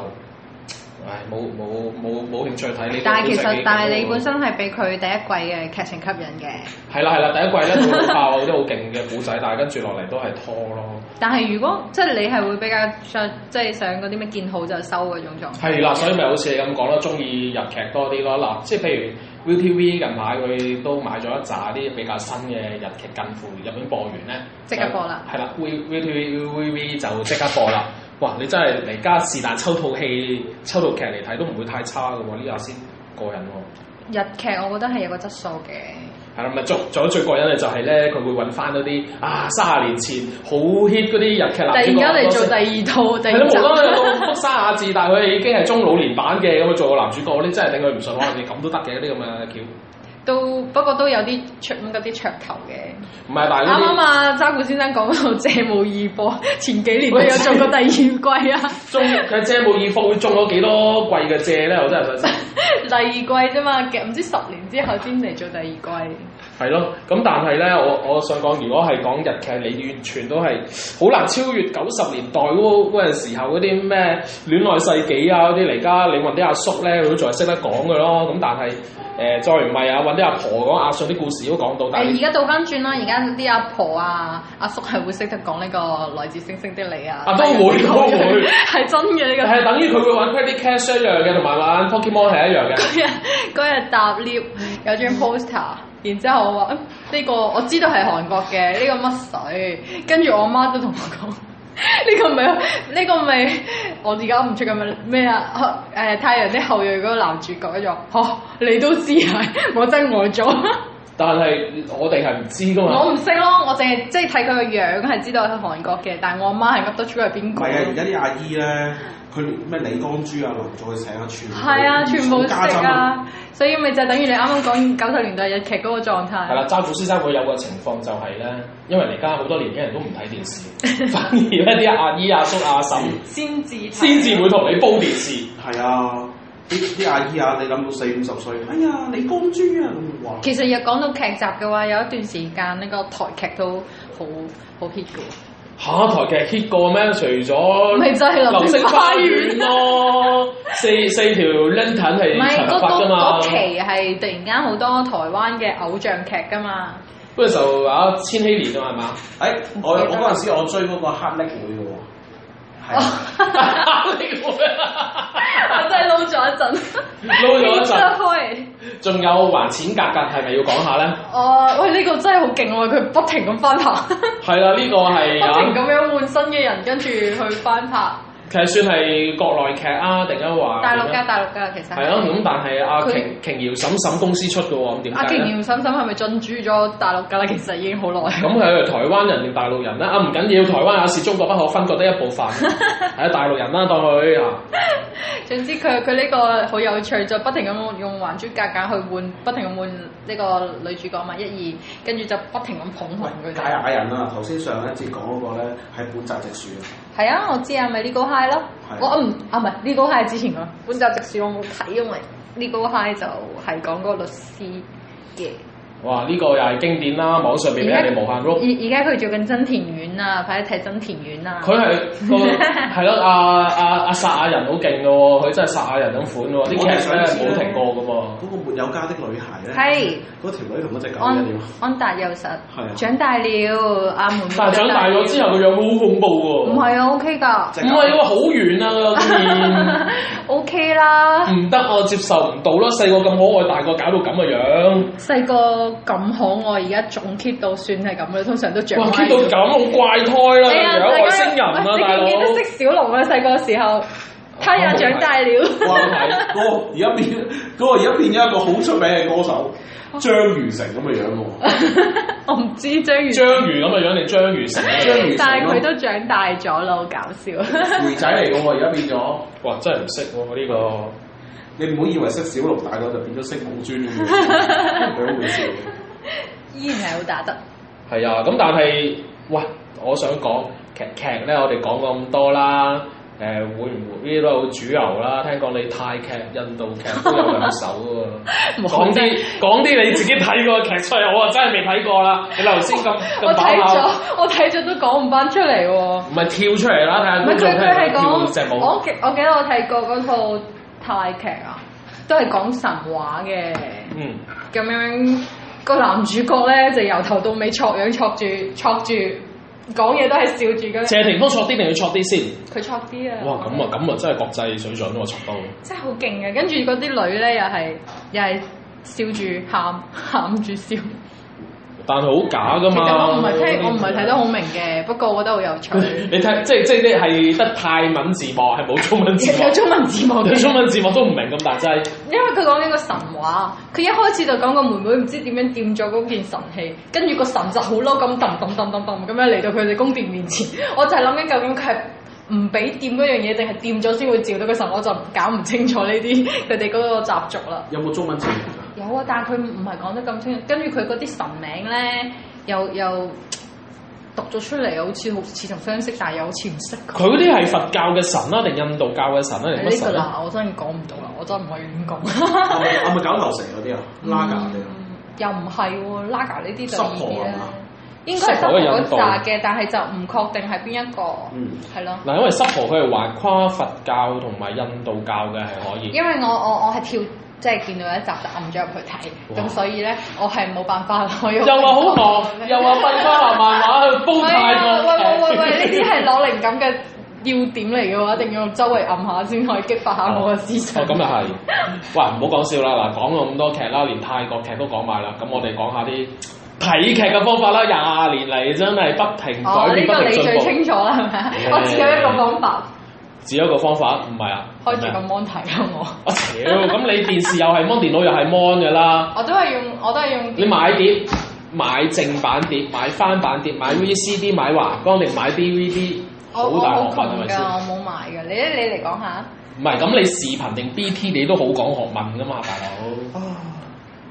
Speaker 2: 唉冇冇冇冇興趣睇呢。
Speaker 3: 但係其實，但係你本身係俾佢第一季嘅劇情吸引嘅。
Speaker 2: 係啦係啦，第一季咧佢好爆， <laughs> 都好勁嘅古仔，但係跟住落嚟都係拖咯。
Speaker 3: 但係如果即係你係會比較想即係想嗰啲咩見好就收嗰種狀態，
Speaker 2: 係啦，所以咪好似你咁講咯，中意日劇多啲咯。嗱，即係譬如 ViuTV 近排佢都買咗一紮啲比較新嘅日劇，近乎日本播完咧，
Speaker 3: 即刻播啦
Speaker 2: 就。係啦，Viu ViuTV ViuTV 就即刻播啦。哇！你真係嚟家是但抽套戲、抽套劇嚟睇都唔會太差嘅喎，呢下先過癮喎。
Speaker 3: 日劇我覺得係有個質素嘅，
Speaker 2: 係啦，咪仲仲有最過癮嘅就係咧，佢會揾翻嗰啲啊三十年前好 hit 嗰啲日劇
Speaker 3: 突
Speaker 2: 男
Speaker 3: 然
Speaker 2: 主角。
Speaker 3: 間嚟做第二套，第
Speaker 2: 係
Speaker 3: 二
Speaker 2: 咯，
Speaker 3: 集
Speaker 2: 無啦啦有個三亞字，但係佢已經係中老年版嘅咁做個男主角，你真係頂佢唔順，可能你咁都得嘅呢啲咁嘅橋。
Speaker 3: <laughs> 都不過都有啲噱嗰啲噱頭嘅。
Speaker 2: 唔係，但係
Speaker 3: 啱
Speaker 2: 呢啲
Speaker 3: 啱啊，渣古先生講到借無二播，前幾年佢有做過第二季啊， <laughs>
Speaker 2: 中嘅借冇二貨會中咗幾多季嘅借咧？我真係想知。
Speaker 3: 第二季啫嘛，嘅唔知十年之後先嚟做第二季。
Speaker 2: 係咯，咁但係咧，我我想講，如果係講日劇，你完全都係好難超越九十年代嗰嗰陣時候嗰啲咩戀愛世紀啊嗰啲嚟家，你揾啲阿叔咧，佢都仲係識得講嘅咯。咁但係誒、呃再唔係啊，揾啲阿婆講阿信啲故事都講到，但
Speaker 3: 誒而
Speaker 2: 係
Speaker 3: 家倒翻轉啦，而家啲阿婆啊、阿叔係會識得講呢個來自星星的你啊，
Speaker 2: 啊都會都會
Speaker 3: 係真嘅呢
Speaker 2: 係等於佢會揾 credit cash 一樣嘅，同埋玩 Pokemon 係一樣嘅。
Speaker 3: 個。嗰日 <laughs> 嗰日搭 lift 有張 poster，然之後我話嗯呢個我知道係韓國嘅呢個乜水，跟住我媽都同我講。 <laughs> 呢個咪呢個咪我而家唔出咁樣咩啊？ <laughs> 誒、太陽的後裔嗰個男主角就嚇、哦你都知係 <laughs> 我真愛咗。
Speaker 2: 但係我哋係唔知噶嘛。
Speaker 3: 我唔識咯，我淨係即係睇佢個樣係知道係韓國嘅，但係我阿媽係噏得出係邊
Speaker 4: 唔
Speaker 3: 個。
Speaker 4: 係啊！而家啲阿姨咧，佢咩李光洙啊、林再石啊，全部
Speaker 3: 係啊，全部識
Speaker 4: 家珍！
Speaker 3: 啊，所以咪就等於你啱啱講九十年代日劇嗰個狀
Speaker 2: 係
Speaker 3: 態。
Speaker 2: 啦，渣古先生佢有個情況就係咧，因為而家好多年輕人都唔睇電
Speaker 3: <laughs>
Speaker 2: 視，反而咧啲阿姨、阿叔、阿嬸
Speaker 3: 先至睇
Speaker 2: 先至會同你煲電視。
Speaker 4: 係啊，啲啲阿姨啊，你諗到四五十歲，哎呀，李光洙啊，咁哇！
Speaker 3: 其實又講到劇集嘅話，有一段時間呢個台劇都好好 hit 嘅喎。
Speaker 2: 下一台劇 hit 過咩？除咗
Speaker 3: 咪就係流星花園
Speaker 2: 咯，四四條 lantern
Speaker 3: 唔
Speaker 2: 係
Speaker 3: 係
Speaker 2: 長
Speaker 3: 嗰
Speaker 2: 髮
Speaker 3: 嗰
Speaker 2: 噶嘛
Speaker 3: 嗰。期係突然間好多台灣嘅偶像劇㗎嘛，
Speaker 2: 嗰陣時候啊，千禧年
Speaker 3: <laughs>
Speaker 2: 啊嘛，係 <laughs> 嘛？
Speaker 4: 誒，哎我我嗰陣時我追嗰個黑力會嘅
Speaker 3: <laughs>
Speaker 4: 喎，係啊 <laughs>
Speaker 2: 你會
Speaker 3: 我
Speaker 2: 啊
Speaker 3: 真係撈咗一陣， <laughs>
Speaker 2: 撈咗一陣
Speaker 3: 陣。
Speaker 2: 仲有還錢格格係咪要講下咧？
Speaker 3: 哦，喂！呢、個真係好勁喎，佢不停咁翻拍，不
Speaker 2: 係啦，呢個係
Speaker 3: 停
Speaker 2: 啊，
Speaker 3: 咁樣換新嘅人，跟住去翻拍
Speaker 2: 其實算係國內劇啊，定係話
Speaker 3: 大陸
Speaker 2: 點樣
Speaker 3: 㗎，大陸㗎，其實
Speaker 2: 係啊咯，咁但係阿
Speaker 3: 佢
Speaker 2: 瓊瓊瑤嬸嬸公司出嘅喎，咁點
Speaker 3: 阿
Speaker 2: 解
Speaker 3: 瓊
Speaker 2: 咧？
Speaker 3: 瑤嬸嬸係咪進駐咗大陸㗎啦？其實已經好耐。
Speaker 2: 咁佢係台灣人定大陸人咧？啊，唔緊要，台灣也是中國不可分割的一
Speaker 3: <laughs>
Speaker 2: 部分，係啊大陸人啦，當佢啊，
Speaker 3: 總之佢佢呢個好有趣，就不停咁用還珠格格去換，不停咁換呢個女主角嘛，一二，跟住就不停咁捧紅
Speaker 4: 喂，
Speaker 3: 佢
Speaker 4: 解
Speaker 3: 哋。
Speaker 4: 雅人啊，頭先上一節講嗰個咧係本澤直樹啊，
Speaker 3: 係啊，我知啊，咪呢個 high 咯。
Speaker 4: 係
Speaker 3: 我唔啊唔係呢個 high 之前個本集直樹我冇睇，因為呢個 high 就係講嗰個律師嘅。
Speaker 2: 哇！呢個又係經典啦，網上邊俾人哋無限
Speaker 3: 而 <laughs>
Speaker 2: look，
Speaker 3: 而家佢做緊真田院啊，快啲睇真田院啊！
Speaker 2: 佢係個係咯，阿阿阿撒亞人好勁嘅喎，佢真係撒亞人咁款喎，啲劇咧冇停啊過嘅喎。
Speaker 4: 嗰個沒有家的女孩咧，
Speaker 3: 係
Speaker 4: 嗰條女同嗰只狗一
Speaker 3: 安
Speaker 4: 樣，
Speaker 3: 安達幼實
Speaker 4: 係啊
Speaker 3: 長大了，阿門
Speaker 2: 但係長大咗之後，個樣好恐怖
Speaker 3: 唔
Speaker 2: 喎。
Speaker 3: 係啊，OK 㗎
Speaker 4: 隻
Speaker 2: 唔
Speaker 4: 狗
Speaker 2: 係喎，好遠啊
Speaker 3: <laughs>
Speaker 2: 個面。
Speaker 3: ，OK 啦，
Speaker 2: 唔得，我接受唔到咯。細個咁可愛，大個搞到咁嘅樣，
Speaker 3: 細個咁可愛，而家仲 keep 到算係咁啦，通常都長
Speaker 2: 哇
Speaker 3: 歪
Speaker 2: keep 到
Speaker 3: 咗。
Speaker 2: 咁，好怪胎啦，
Speaker 3: 係啊，
Speaker 2: 有
Speaker 3: 大
Speaker 2: 外
Speaker 3: 家
Speaker 2: 星人啊，
Speaker 3: 喂
Speaker 2: 大佬
Speaker 3: 你。記唔記得識小龍啊？細個時候，他也長大了。
Speaker 4: 哇！嗰個而家變嗰個而家變咗一個好出名嘅歌手，張如成咁嘅樣喎。
Speaker 3: <laughs> 我唔知章魚，
Speaker 2: 章魚咁嘅樣定章魚成咁嘅樣？
Speaker 4: 章魚
Speaker 3: 但係佢
Speaker 4: 成咯
Speaker 3: 都長大咗啦，好搞笑。
Speaker 4: 肥仔嚟嘅喎，而家變咗。
Speaker 2: 哇！真係唔識喎呢個。
Speaker 4: 你唔好以為識小龍大個就變咗識武尊咁樣，兩回事。
Speaker 3: <laughs> 依然係好打得。
Speaker 2: 係啊，咁但係，喂，我想講劇劇咧，我哋講過咁多啦。誒、會唔會呢啲都好主流啦？聽講你泰劇、印度劇都有兩首喎。
Speaker 3: <laughs> 啊
Speaker 2: 講啲講啲你自己睇過嘅劇出嚟，我啊真係未睇過啦。你頭先咁
Speaker 3: 我
Speaker 2: 咁把
Speaker 3: 睇
Speaker 2: 口
Speaker 3: 咗，我睇咗都講唔翻出嚟喎。
Speaker 2: 唔係跳出嚟啦，睇下
Speaker 3: 唔
Speaker 2: 觀
Speaker 3: 係
Speaker 2: 眾
Speaker 3: 佢佢係
Speaker 2: 聽唔聽
Speaker 3: 講，
Speaker 2: 跳
Speaker 3: 我
Speaker 2: 舞。
Speaker 3: 記我記得我睇過嗰套泰劇啊，都係講神話嘅，
Speaker 2: 嗯，
Speaker 3: 咁樣個男主角咧就由頭到尾戳樣戳住戳住，講嘢都係笑住嘅，
Speaker 2: 謝霆鋒錯啲定要錯啲先？
Speaker 3: 佢戳啲啊！
Speaker 2: 哇，咁啊，咁啊，真係國際水準喎，錯到。
Speaker 3: 真係好勁嘅，跟住嗰 <laughs> 啲女咧又係又係笑住喊喊住笑，
Speaker 2: 但係好假噶
Speaker 3: 其
Speaker 2: 嘛。
Speaker 3: 實我唔係聽，我唔係睇得好明嘅，不過我覺得好有趣。
Speaker 2: 你睇即係即係啲係得泰文字幕，係冇中文字幕
Speaker 3: <laughs> 有。中文字幕
Speaker 2: 有
Speaker 3: 嘅，
Speaker 2: 中文字幕都唔明咁大劑，
Speaker 3: 因為佢講呢個神話，佢一開始就講個妹妹唔知點樣掂咗嗰件神器，跟住個神就好嬲咁揼揼揼揼揼咁樣嚟到佢哋宮殿面前， <laughs> 我就係諗緊究竟佢係唔俾掂嗰樣嘢，定係掂咗先會召到個神，我就搞唔清楚呢啲佢哋嗰個習俗啦。
Speaker 4: 有冇中文字幕㗎？
Speaker 3: 有啊，但係佢唔係講得咁清楚，跟住佢嗰啲神名咧，又又讀咗出嚟，好似好似同相識，但係又好似唔識佢。
Speaker 2: 佢嗰啲係佛教嘅神啦，定印度教嘅神啦，定乜
Speaker 3: 呢個
Speaker 2: 神啊？
Speaker 3: 啦，我真係講唔到啦，我真係唔可以亂講。
Speaker 4: 係咪係咪搞流蛇嗰啲啊？拉架嗰啲啊？
Speaker 3: 嗯又唔係喎，Laga 呢啲就
Speaker 4: 濕
Speaker 3: 易
Speaker 4: 婆
Speaker 3: 啲
Speaker 4: 係
Speaker 3: 啦
Speaker 4: 嘛。
Speaker 3: 應該係
Speaker 2: 濕
Speaker 3: 德
Speaker 2: 婆嘅
Speaker 3: 國嗰
Speaker 2: 印度
Speaker 3: 扎嘅，但係就唔確定係邊一個，
Speaker 4: 嗯
Speaker 3: 係咯。
Speaker 2: 嗱，因為濕婆佢係橫跨佛教同埋印度教嘅係可以。
Speaker 3: 因為我我我係跳，即係見到一集就撳咗入去睇，
Speaker 2: 哇
Speaker 3: 咁所以咧我係冇辦法可以。
Speaker 2: 又話好寒，又話瞓翻下漫畫去煲
Speaker 3: 喂
Speaker 2: 泰
Speaker 3: 啊喂喂喂
Speaker 2: 國
Speaker 3: 喂，
Speaker 2: 劇。
Speaker 3: 呢啲係攞靈感嘅要點嚟嘅話，一定要周圍暗下先可以激發下我嘅思想。
Speaker 2: <laughs>
Speaker 3: <laughs>
Speaker 2: 哦，咁又係。哇，唔好講笑啦！嗱，講咗咁多劇啦，連泰國劇都講埋啦。咁我哋講下啲睇劇嘅方法啦。廿年嚟真係不停
Speaker 3: 哦，
Speaker 2: 改
Speaker 3: 呢
Speaker 2: 變，
Speaker 3: 個
Speaker 2: 不
Speaker 3: 你
Speaker 2: 停
Speaker 3: 最
Speaker 2: 進步。
Speaker 3: 清楚啦，係咪啊？
Speaker 2: Yeah
Speaker 3: 我只有一個方法，
Speaker 2: 只有一個方法，唔係啊。
Speaker 3: 開住
Speaker 2: 咩
Speaker 3: 個
Speaker 2: 啊
Speaker 3: mon 睇啦，我
Speaker 2: 我屌！咁你電視又係 mon，電腦又係 mon 嘅啦。
Speaker 3: 我都係用，我都係用。
Speaker 2: 你買碟，買正版碟，買翻版碟，買 VCD，買華光定買 DVD，
Speaker 3: 我
Speaker 2: 好
Speaker 3: 我
Speaker 2: 大
Speaker 3: 好
Speaker 2: 學
Speaker 3: 窮
Speaker 2: 問係咪
Speaker 3: 㗎
Speaker 2: 先？，
Speaker 3: 我冇買㗎。你咧，你嚟講下。
Speaker 2: 唔係，咁你視頻定 BT 你都好講學問噶嘛，大佬。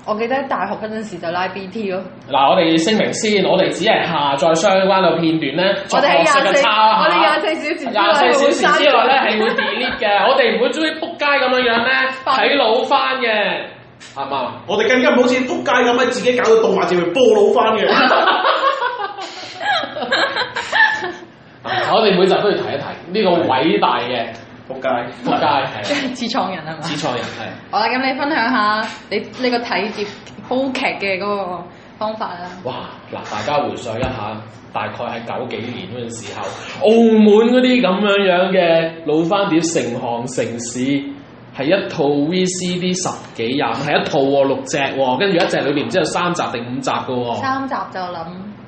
Speaker 3: 我記得大學嗰陣時就拉 BT 咯，
Speaker 2: 嗱，我哋聲明先，我哋只係下載相關嘅片段咧，
Speaker 3: 我
Speaker 2: 作
Speaker 3: 哋喺
Speaker 2: 學術
Speaker 3: 廿
Speaker 2: 嘅
Speaker 3: 四，
Speaker 2: 抄
Speaker 3: 我哋
Speaker 2: 下。
Speaker 3: 廿四小時之內
Speaker 2: 啊廿四小時之內咧係
Speaker 3: 會
Speaker 2: <laughs>
Speaker 3: <laughs>
Speaker 2: 會 delete 嘅，我哋唔會中意撲街咁樣樣咧睇老翻嘅，啱唔啱啊？
Speaker 4: 我哋更加唔好似撲街咁樣，自己搞到動畫節目波佬翻嘅。
Speaker 2: 啊我哋每集都要提一提呢個偉大嘅
Speaker 4: 撲街，
Speaker 2: 撲街係
Speaker 3: 刪自創人啊係嘛
Speaker 2: 始？創人係。
Speaker 3: 好啦，咁你分享下你呢個睇碟煲劇嘅嗰個方法啦。
Speaker 2: 哇！嗱，大家回想一下，大概係九幾年嗰陣時候，澳門嗰啲咁樣樣嘅老番碟成行成市，係一套 VCD 十幾廿，係一套喎、六隻喎、跟住一隻裏邊唔知有三集定五集嘅喎、
Speaker 3: 三集就諗，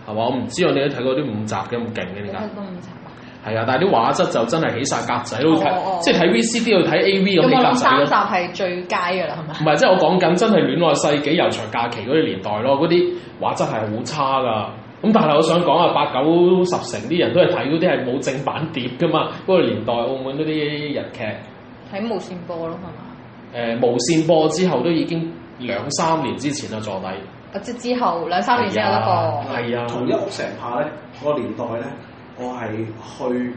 Speaker 2: 係嘛？我唔知我哋都睇過啲五集嘅咁勁嘅
Speaker 3: 你
Speaker 2: 點解？
Speaker 3: 睇到五集啊？
Speaker 2: 係啊，但係啲畫質就真係起晒格仔咯，睇、
Speaker 3: 哦哦
Speaker 2: 即係睇 VCD 去睇 AV 咁起
Speaker 3: 咁我
Speaker 2: 格
Speaker 3: 諗
Speaker 2: 仔
Speaker 3: 三
Speaker 2: 咯
Speaker 3: 集係最佳㗎啦，係咪？
Speaker 2: 唔係，即係我講緊真係戀愛世紀悠長假期嗰啲年代咯，嗰啲畫質係好差噶。咁但係我想講啊，八九十成啲人都係睇嗰啲係冇正版碟噶嘛，嗰、個年代澳門嗰啲日劇，誒、
Speaker 3: 睇無線播咯，係嘛？
Speaker 2: 無線播之後都已經兩三年之前啦，坐底。
Speaker 3: 啊即係之後兩三年先有得播。
Speaker 2: 係啊，
Speaker 4: 同一屋成下咧，嗰個年代咧，我係去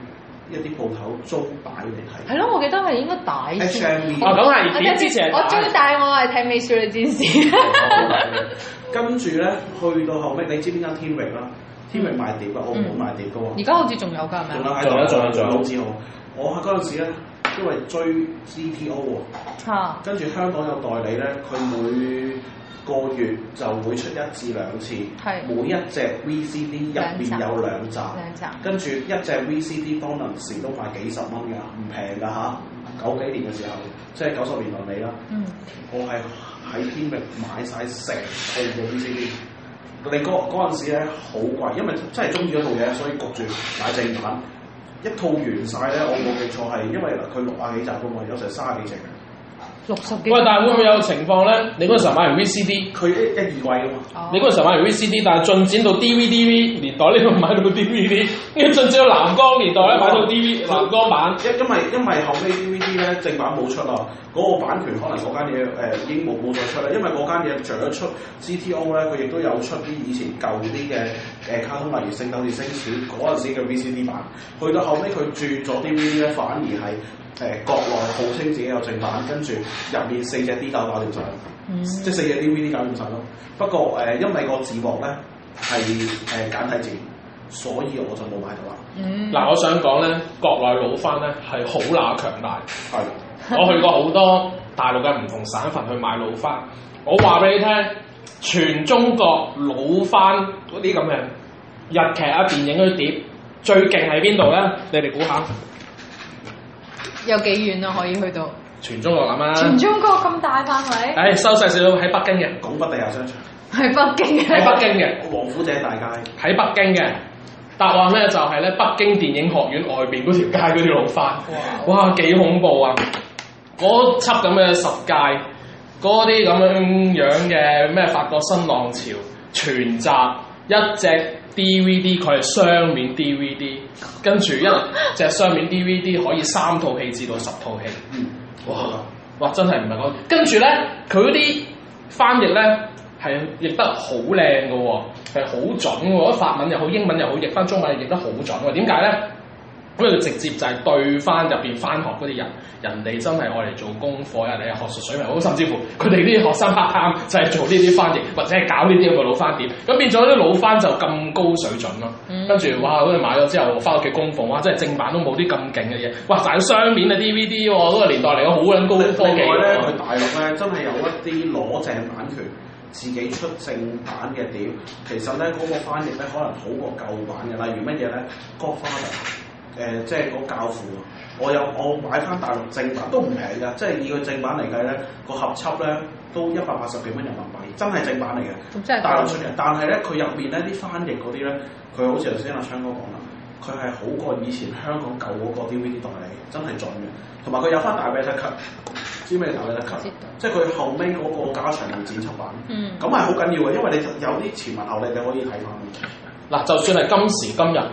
Speaker 4: 一啲鋪頭租帶嚟
Speaker 3: 係咯，我記得係應該大
Speaker 4: 睇。
Speaker 3: 先
Speaker 4: H。M V
Speaker 2: 啊，咁
Speaker 3: 哦我
Speaker 2: 係碟之前係
Speaker 3: 我最
Speaker 2: 大
Speaker 3: 大我係睇《美少女戰士》，
Speaker 2: <laughs>
Speaker 4: 跟住咧，去到後尾，你知邊間天域啦？天域賣碟㗎，啊澳
Speaker 3: 嗯
Speaker 4: 門賣碟㗎喎。
Speaker 3: 而家好似仲有㗎，係咪
Speaker 4: 仲
Speaker 3: 啊？
Speaker 4: 有喺
Speaker 2: 仲有仲有仲有
Speaker 4: 老字號。我喺嗰陣時咧，因為追 GTO 喎，
Speaker 3: 嚇！
Speaker 4: 跟住香港有代理咧，佢每個月就會出一至兩次
Speaker 3: 係，
Speaker 4: 每一隻 VCD 入
Speaker 3: 兩集
Speaker 4: 邊有兩集，
Speaker 3: 兩集
Speaker 4: 跟住一隻 VCD 當陣時都賣幾十蚊㗎，唔平㗎嚇。九幾年嘅時候，即係九十年代尾啦，
Speaker 3: 嗯，
Speaker 4: 我係喺天域買晒成套嘅 VCD。你嗰嗰陣時咧好貴，因為真係中意嗰套嘢，所以焗住買正版。一套完晒咧，我冇記錯係因為佢六啊幾集嘅嘛，有成三啊幾隻嘅。
Speaker 3: 六十幾。
Speaker 2: 喂，但係會唔會有情況咧？你嗰陣時候買完 VCD，
Speaker 4: 佢一一二季啊嘛，
Speaker 3: 哦？
Speaker 2: 你嗰陣時候買完 VCD，但係進展到 DVD 年代，呢度買到 DVD，跟住進展到藍光年代咧，買到 <laughs> DVD 藍光版。
Speaker 4: 因因為因為後尾 DVD 咧正版冇出啦，嗰、個版權可能嗰間嘢誒已經冇冇再出啦，因為嗰間嘢除咗出 GTO 咧，佢亦都有出啲以前舊啲嘅誒卡通，例如《聖鬥士星矢》嗰陣時嘅 VCD 版，去到後尾佢轉咗 DVD 咧，反而係誒、國內號稱自己有正版，跟住入面四隻 D 豆搞掂晒，
Speaker 3: 嗯
Speaker 4: 即係四隻 DVD 搞掂晒咯。不過誒、因為個字幕咧係誒簡體字，所以我就冇買到啦。
Speaker 3: 嗯，
Speaker 2: 嗱，我想講咧，國內老翻咧係好乸強大。 <laughs>
Speaker 4: 係。
Speaker 2: 我去過好多大陸嘅唔同省份去買老番，我話俾你聽，全中國老番嗰啲咁嘅日劇啊、電影嗰啲碟，最勁喺邊度咧？你哋估下？
Speaker 3: 有幾遠啊？可以去到
Speaker 2: 全中國諗啦。
Speaker 3: 全中國咁大範圍？
Speaker 2: 啊唉、收細少少喺北京嘅，
Speaker 4: 拱北地下商場，
Speaker 3: 喺北京啊嘅。
Speaker 2: 喺北京嘅，
Speaker 4: 王府井大街，
Speaker 2: 喺北京嘅。答案咧就係、呢咧北京電影學院外邊嗰條街嗰條路翻，哇幾恐怖啊！嗰輯咁嘅十屆，嗰啲咁樣樣嘅咩法國新浪潮全集一隻 DVD，佢係雙面 DVD，跟住一隻雙面 DVD 可以三套戲至到十套戲。哇！哇！真係唔係講，跟住咧，佢嗰啲翻譯咧係譯得好靚嘅喎，係好準嘅喎，法文又好，英文又好，譯翻中文又譯得好準喎。點解咧？因為佢直接就係對翻入邊翻學嗰啲人，人哋真係愛嚟做功課，人哋嘅學術水平好，甚至乎佢哋啲學生 part time 就係做呢啲翻譯，或者係搞呢啲咁嘅老翻碟，咁變咗啲老翻就咁高水準咯。跟住哇，跟住買咗之後翻屋企供奉，哇！真係正版都冇啲咁勁嘅嘢，哇！但係雙面嘅 DVD 喎，嗰個年代嚟講好撚高科技
Speaker 4: 另外咧，
Speaker 2: 喎
Speaker 4: 佢。大陸咧真係有一啲攞正版權，自己出正版嘅碟。其實咧嗰、個翻譯咧可能好過舊版嘅，例如乜嘢咧？Godfather，誒、即係嗰教父啊。我有我買翻大陸正版都唔平㗎，即係以佢正版嚟計咧，個合輯咧都一百八十幾蚊人民幣，真係正版嚟嘅。
Speaker 3: 咁真係
Speaker 4: 大陸出嘅，但係咧佢入面咧啲翻譯嗰啲咧，佢好似頭先阿昌哥講啦，佢係好過以前香港舊嗰個 DVD 代理，真係準嘅。同埋佢有翻大衛特級，知咩大衛特級
Speaker 3: 知道？
Speaker 4: 即係佢後尾嗰個加長嘅剪輯版，
Speaker 3: 嗯
Speaker 4: 咁係好緊要嘅，因為你有啲前文後理你可以睇翻。
Speaker 2: 嗱，就算係今時今日，誒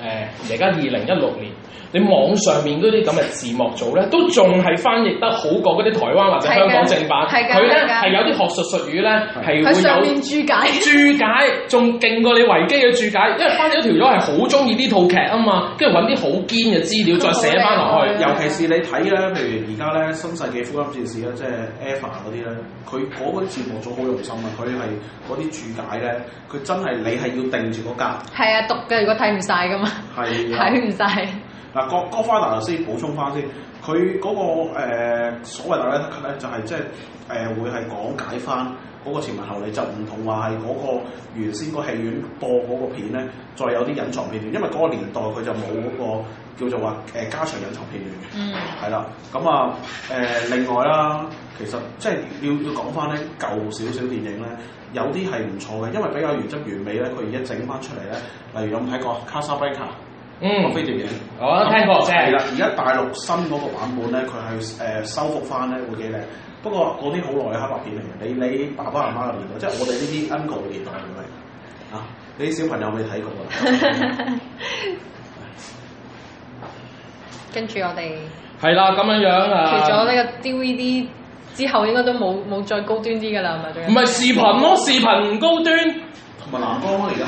Speaker 2: 而家二零一六年，你網上面嗰啲咁嘅字幕組咧，都仲係翻譯得好過嗰啲台灣或者香港正版，
Speaker 3: 係㗎係㗎
Speaker 2: 佢咧
Speaker 3: 係㗎
Speaker 2: 係有啲學術術語咧係
Speaker 3: 喺上
Speaker 2: 會
Speaker 3: 面
Speaker 2: 有。
Speaker 3: 注解。
Speaker 2: 注解仲勁過你維基嘅注解，因為翻咗條友係好中意呢套劇啊嘛，跟住揾啲好堅嘅資料再寫翻落去
Speaker 3: 嗯。
Speaker 4: 尤其是你睇咧，譬如而家咧新世紀福音戰士啊咧，即係 EVA 嗰啲咧，佢嗰個字幕組好用心啊，佢係嗰啲注解咧，佢真係你係要定住個格，
Speaker 3: 係啊，讀嘅如果睇唔晒噶嘛，
Speaker 4: 係啊
Speaker 3: 睇唔晒。
Speaker 4: 嗱，哥哥花達先補充翻先，佢嗰、個、呃、所謂大 l e t 咧，就係即係誒會係講解翻嗰個前文後理，就唔同話係嗰個原先個戲院播嗰個片咧，再有啲隱藏片段，因為嗰個年代佢就冇嗰、個叫做話誒、加長隱藏片段嘅。
Speaker 2: <laughs>
Speaker 3: 嗯，
Speaker 4: 係啦，咁啊誒，另外啦，其實即係要要講翻咧舊少少電影咧，有啲係唔錯嘅，因為比較原汁原味咧，佢而家整翻出嚟咧，例如有冇睇過《Casablanca》個
Speaker 2: 嗯，
Speaker 4: 飛碟影？
Speaker 2: 我都聽過啫。
Speaker 4: 係啦，而家大陸新嗰個版本咧，佢係誒修復翻咧會幾靚。不過嗰啲好耐嘅黑白片嚟嘅，你你爸爸媽媽嘅年代，即係我哋呢啲 uncle 嘅年代嚟嘅啊！你啲小朋友未睇過啊
Speaker 3: <laughs>
Speaker 4: 啦，
Speaker 3: 跟住我哋
Speaker 2: 係啦，咁樣樣
Speaker 3: 除
Speaker 2: 啊。
Speaker 3: 咗呢個 DVD 之後，應該都冇冇再高端啲噶啦，係咪？
Speaker 2: 唔係視頻咯，視頻唔高端。
Speaker 4: 同埋藍光咯而家。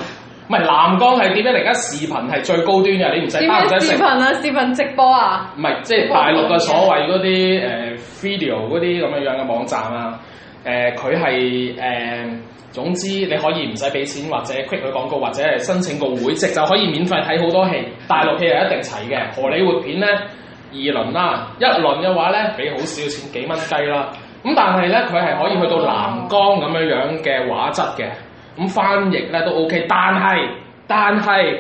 Speaker 2: 唔係藍光係點咧？而家視頻係最高端嘅，你唔使
Speaker 3: 點
Speaker 2: 包唔使
Speaker 3: 樣視頻
Speaker 2: 食。
Speaker 3: 啊？視頻直播啊？
Speaker 2: 唔係即係大陸嘅所謂嗰啲誒 video 嗰啲咁樣樣嘅網站啊，誒佢係誒總之你可以唔使俾錢或者 click 佢廣告或者係申請個會籍就可以免費睇好多戲。大陸戲係一定齊嘅，荷里活片咧二輪啦，一輪嘅話咧俾好少錢幾蚊雞啦。咁但係咧佢係可以去到藍光咁樣樣嘅畫質嘅，咁翻譯咧都 OK，但係但係。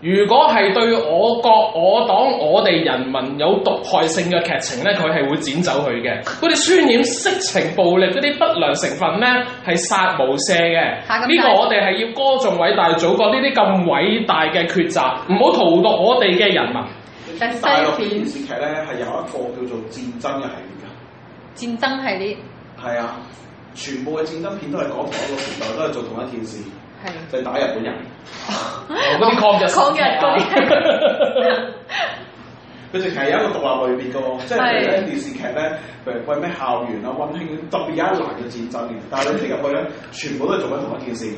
Speaker 2: 如果係對我國、我黨、我哋人民有毒害性嘅劇情咧，佢係會剪走佢嘅。嗰啲渲染色情暴力嗰啲不良成分咧，係殺無赦嘅。
Speaker 3: 嚇咁
Speaker 2: 呢個
Speaker 3: 大
Speaker 2: 我哋係要歌頌偉大祖國呢啲咁偉大嘅抉擇，唔好荼毒我哋嘅人民。
Speaker 3: <laughs> 但西
Speaker 4: 大陸
Speaker 3: 片
Speaker 4: 電視劇咧係有一個叫做戰爭嘅系
Speaker 3: 戰爭系列
Speaker 4: 列㗎，係啊，全部嘅戰爭片都係講同一個時代，都係做同一件事，
Speaker 3: 係
Speaker 4: 就係打日本人。
Speaker 2: 嗰啲抗日神
Speaker 3: 抗日
Speaker 2: 劇啊
Speaker 3: 嗰啲。
Speaker 2: <laughs>
Speaker 3: <laughs>
Speaker 4: 佢直情係有一個獨立類別嘅喎，即係譬如咧
Speaker 3: 係
Speaker 4: 電視劇咧，譬如喂咩校園啊、温馨，特別有一欄嘅戰爭嘅，但係你睇入去咧，全部都係做緊同一件事。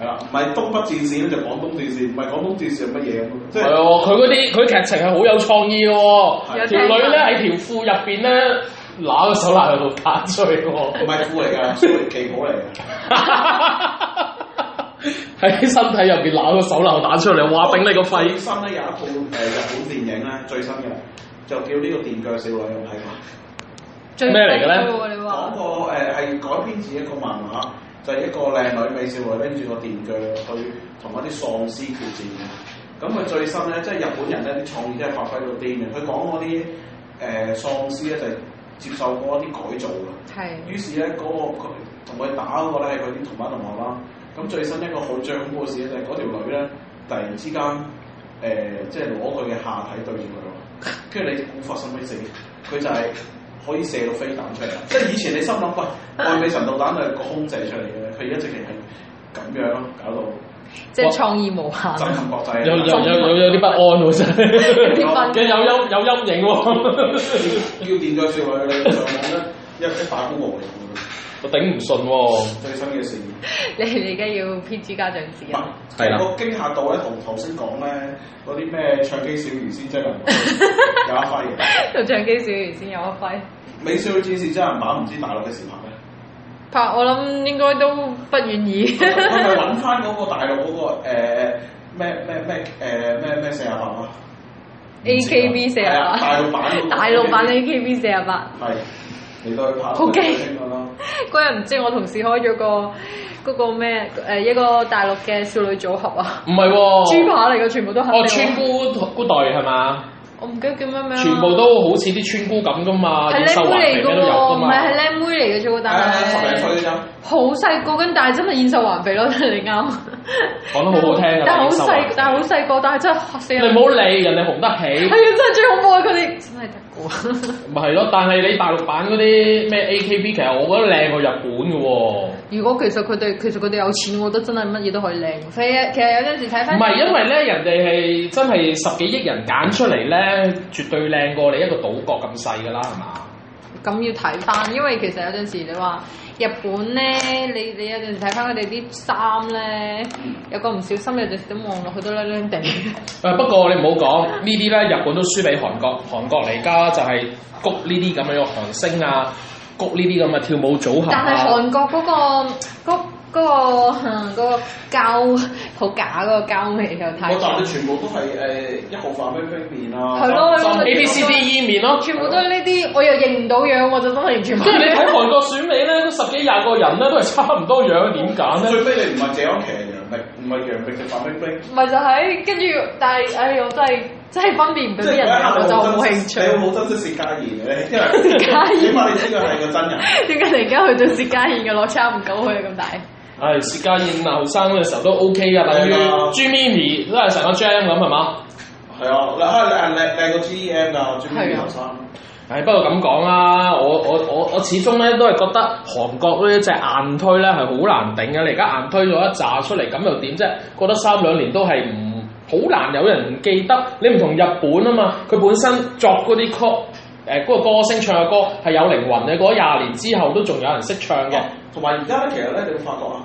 Speaker 4: 係啦，唔係東北戰事咧就廣東戰事，唔係廣東戰事係乜嘢咁？即
Speaker 2: 係啊
Speaker 4: 係
Speaker 2: 喎，佢嗰啲佢劇情係好有創意嘅
Speaker 3: 有
Speaker 2: 喎，條
Speaker 3: 聽
Speaker 2: 女咧
Speaker 3: 過
Speaker 2: 喺條褲入邊咧揦個手拿度打出去喎。 <laughs>
Speaker 4: 唔係富嚟㗎，係旗袍嚟嘅。
Speaker 2: 喺身體入邊揦個手榴彈出嚟，哇！頂你個肺！
Speaker 4: 最新咧有一套誒日本電影咧，最新嘅就叫呢個電鋸少女，有冇睇過？
Speaker 3: 最
Speaker 2: 咩嚟嘅咧
Speaker 3: 貴喎你
Speaker 4: 講
Speaker 3: 話
Speaker 4: 個誒係改編自一個漫畫，就係、一個靚女美少女拎住個電鋸去同一啲喪屍決戰嘅。咁佢最新咧，即係日本人咧啲創意真係發揮到癲嘅。佢講嗰啲誒喪屍咧就係接受過一啲改造嘅。
Speaker 3: 係
Speaker 4: 於是咧嗰、個佢同佢打嗰個咧係佢啲同班同學啦。咁最新一個好最恐怖嘅事咧，就係嗰條女咧突然之間誒、即係攞佢嘅下體對住佢喎，跟住你估發生咩事？佢就係可以射到飛彈出嚟啦。即係以前你心諗喂，愛美神導彈係個空姐出嚟嘅，佢而家直情係咁樣咯，搞到
Speaker 3: 即係創意無
Speaker 4: 震
Speaker 3: 限。
Speaker 4: 撼國際。啊
Speaker 2: 有有有有有啲不安喎真係，
Speaker 3: 啲
Speaker 2: <laughs>
Speaker 3: 分
Speaker 2: 有陰有陰影喎，
Speaker 4: 要電再笑佢，你上網咧一一大股無嚟嘅
Speaker 2: <laughs> 我頂唔順喎。
Speaker 4: 最新嘅事。
Speaker 3: <laughs> 你你而家要 PG 家長指
Speaker 4: 唔
Speaker 3: 引
Speaker 4: 係，
Speaker 2: 係啦
Speaker 4: 個驚嚇度咧，同頭先講咧嗰啲咩唱機小魚仙
Speaker 3: <laughs>
Speaker 4: 真人有一揮嘅。
Speaker 3: 到唱機小魚啊先有一揮。
Speaker 4: 美少女戰士真人版唔知大陸嘅時拍
Speaker 3: <laughs>
Speaker 4: 咧，
Speaker 3: 拍我諗應該都不願意。
Speaker 2: 啊
Speaker 4: 佢咪揾翻嗰個大陸嗰、個呃咩咩咩誒咩咩四廿八啊
Speaker 3: AKB 四
Speaker 4: 係啊
Speaker 3: 啊
Speaker 4: 大陸版嗰個
Speaker 3: 大陸版 AKB 四啊八。
Speaker 4: 係嚟到去拍
Speaker 3: 好驚
Speaker 4: 咁樣咯。
Speaker 3: 嗰日唔知我同事開咗個嗰個咩誒一個大陸嘅少女組合啊，
Speaker 2: 唔係喎，
Speaker 3: 豬扒嚟嘅，全部都肯定
Speaker 2: 哦
Speaker 3: 我。
Speaker 2: 村姑姑代係嘛？
Speaker 3: 我唔記得叫咩名啦
Speaker 2: 全部都好似啲村姑咁噶嘛，
Speaker 3: 係
Speaker 2: 越秀
Speaker 3: 靚
Speaker 2: 華
Speaker 3: 妹
Speaker 2: 肥咩都
Speaker 3: 嚟嘅
Speaker 2: 有噶
Speaker 3: 喎，唔
Speaker 2: 嘛
Speaker 3: 係。係靚妹嚟嘅啫喎，
Speaker 4: 係啊
Speaker 3: 但係
Speaker 4: 十零歲嘅啫，
Speaker 3: 好細個，跟但係真係燕瘦環肥咯，你啱。
Speaker 2: 講得好好聽㗎
Speaker 3: 但係好
Speaker 2: 燕瘦環
Speaker 3: 細
Speaker 2: 肥，
Speaker 3: 但係好細個，但係真係嚇死
Speaker 2: 你唔
Speaker 3: 人。
Speaker 2: 好理人哋紅得
Speaker 3: 係
Speaker 2: 起，
Speaker 3: 啊！真係最恐怖啊！佢哋真係得嘅喎。
Speaker 2: 咪係咯？但係你大陸版嗰啲咩 AKB，其實我覺得靚過日本嘅喎。
Speaker 3: <laughs> 如果其實佢哋其實佢哋有錢，我覺得真係乜嘢都可以靚。其實其實有陣時睇
Speaker 2: 唔
Speaker 3: 翻，
Speaker 2: 係因為咧，人哋係真係十幾億人揀出嚟咧，絕對靚過你一個島國咁細㗎啦，係嘛？
Speaker 3: 咁要睇翻，因為其實有陣時你話日本咧，你你有陣時睇翻佢哋啲衫咧，有個唔小心有陣時都望落去都靚
Speaker 4: <laughs>
Speaker 3: 靚地。
Speaker 2: 誒不過你唔好講呢啲咧，日本都輸俾韓國。韓國嚟家就係谷呢啲咁樣嘅韓星啊，谷呢啲咁嘅跳舞組合
Speaker 3: 但係
Speaker 2: 啊。
Speaker 3: 韓國嗰、個嗰嗰、個 <laughs> 嗯嗰、個膠好假嗰個膠味又太
Speaker 4: 我集你全部都係誒一號飯咩飛麵啊，
Speaker 3: 係咯
Speaker 4: 針
Speaker 2: A B C D E 面
Speaker 3: <laughs>
Speaker 2: 咯。
Speaker 3: 全部都係呢啲，我又認唔到樣，我就真係完全冇
Speaker 2: 即
Speaker 3: <laughs>
Speaker 2: 係你睇韓國選美咧，都十幾廿個人咧，都係差唔多樣，點揀咧？
Speaker 4: 最尾你唔係謝安琪係楊冪，唔係楊冪就范冰冰。
Speaker 3: 咪就係跟住，但係唉，我真係真係分辨唔到
Speaker 4: 即
Speaker 3: 啲
Speaker 4: 係
Speaker 3: 人
Speaker 4: 嗰一
Speaker 3: 樣，我
Speaker 4: 刻你
Speaker 3: 就
Speaker 4: 好
Speaker 3: 冇
Speaker 4: 珍
Speaker 3: 興
Speaker 4: 惜，你
Speaker 3: 趣。
Speaker 4: 會好珍惜薛家燕嘅，因為
Speaker 3: 家燕
Speaker 4: 起碼你知佢係個真人。
Speaker 3: 點解你而家去到薛家燕嘅落差唔夠佢咁大？
Speaker 2: 唉，薛家燕啊，後生嘅時候都 OK 噶，等於
Speaker 4: 係啊
Speaker 2: 朱咪咪都係成個 jam 咁係嘛？
Speaker 4: 係啊，嗱，啊靚靚靚過 G M 㗎，最
Speaker 3: 係
Speaker 4: 尾
Speaker 3: 啊
Speaker 4: 後生。
Speaker 2: 唉，不過咁講啦，我我我我始終咧都係覺得韓國呢只硬推咧係好難頂嘅，你而家硬推咗一紮出嚟，咁又點啫？過得三兩年都係唔好難有人唔記得，你唔同日本啊嘛，佢本身作嗰啲曲，誒、嗰個歌星唱嘅歌係有靈魂嘅，過咗廿年之後都仲有人識唱嘅。
Speaker 4: 同埋而家咧，其實咧，你會發覺啊，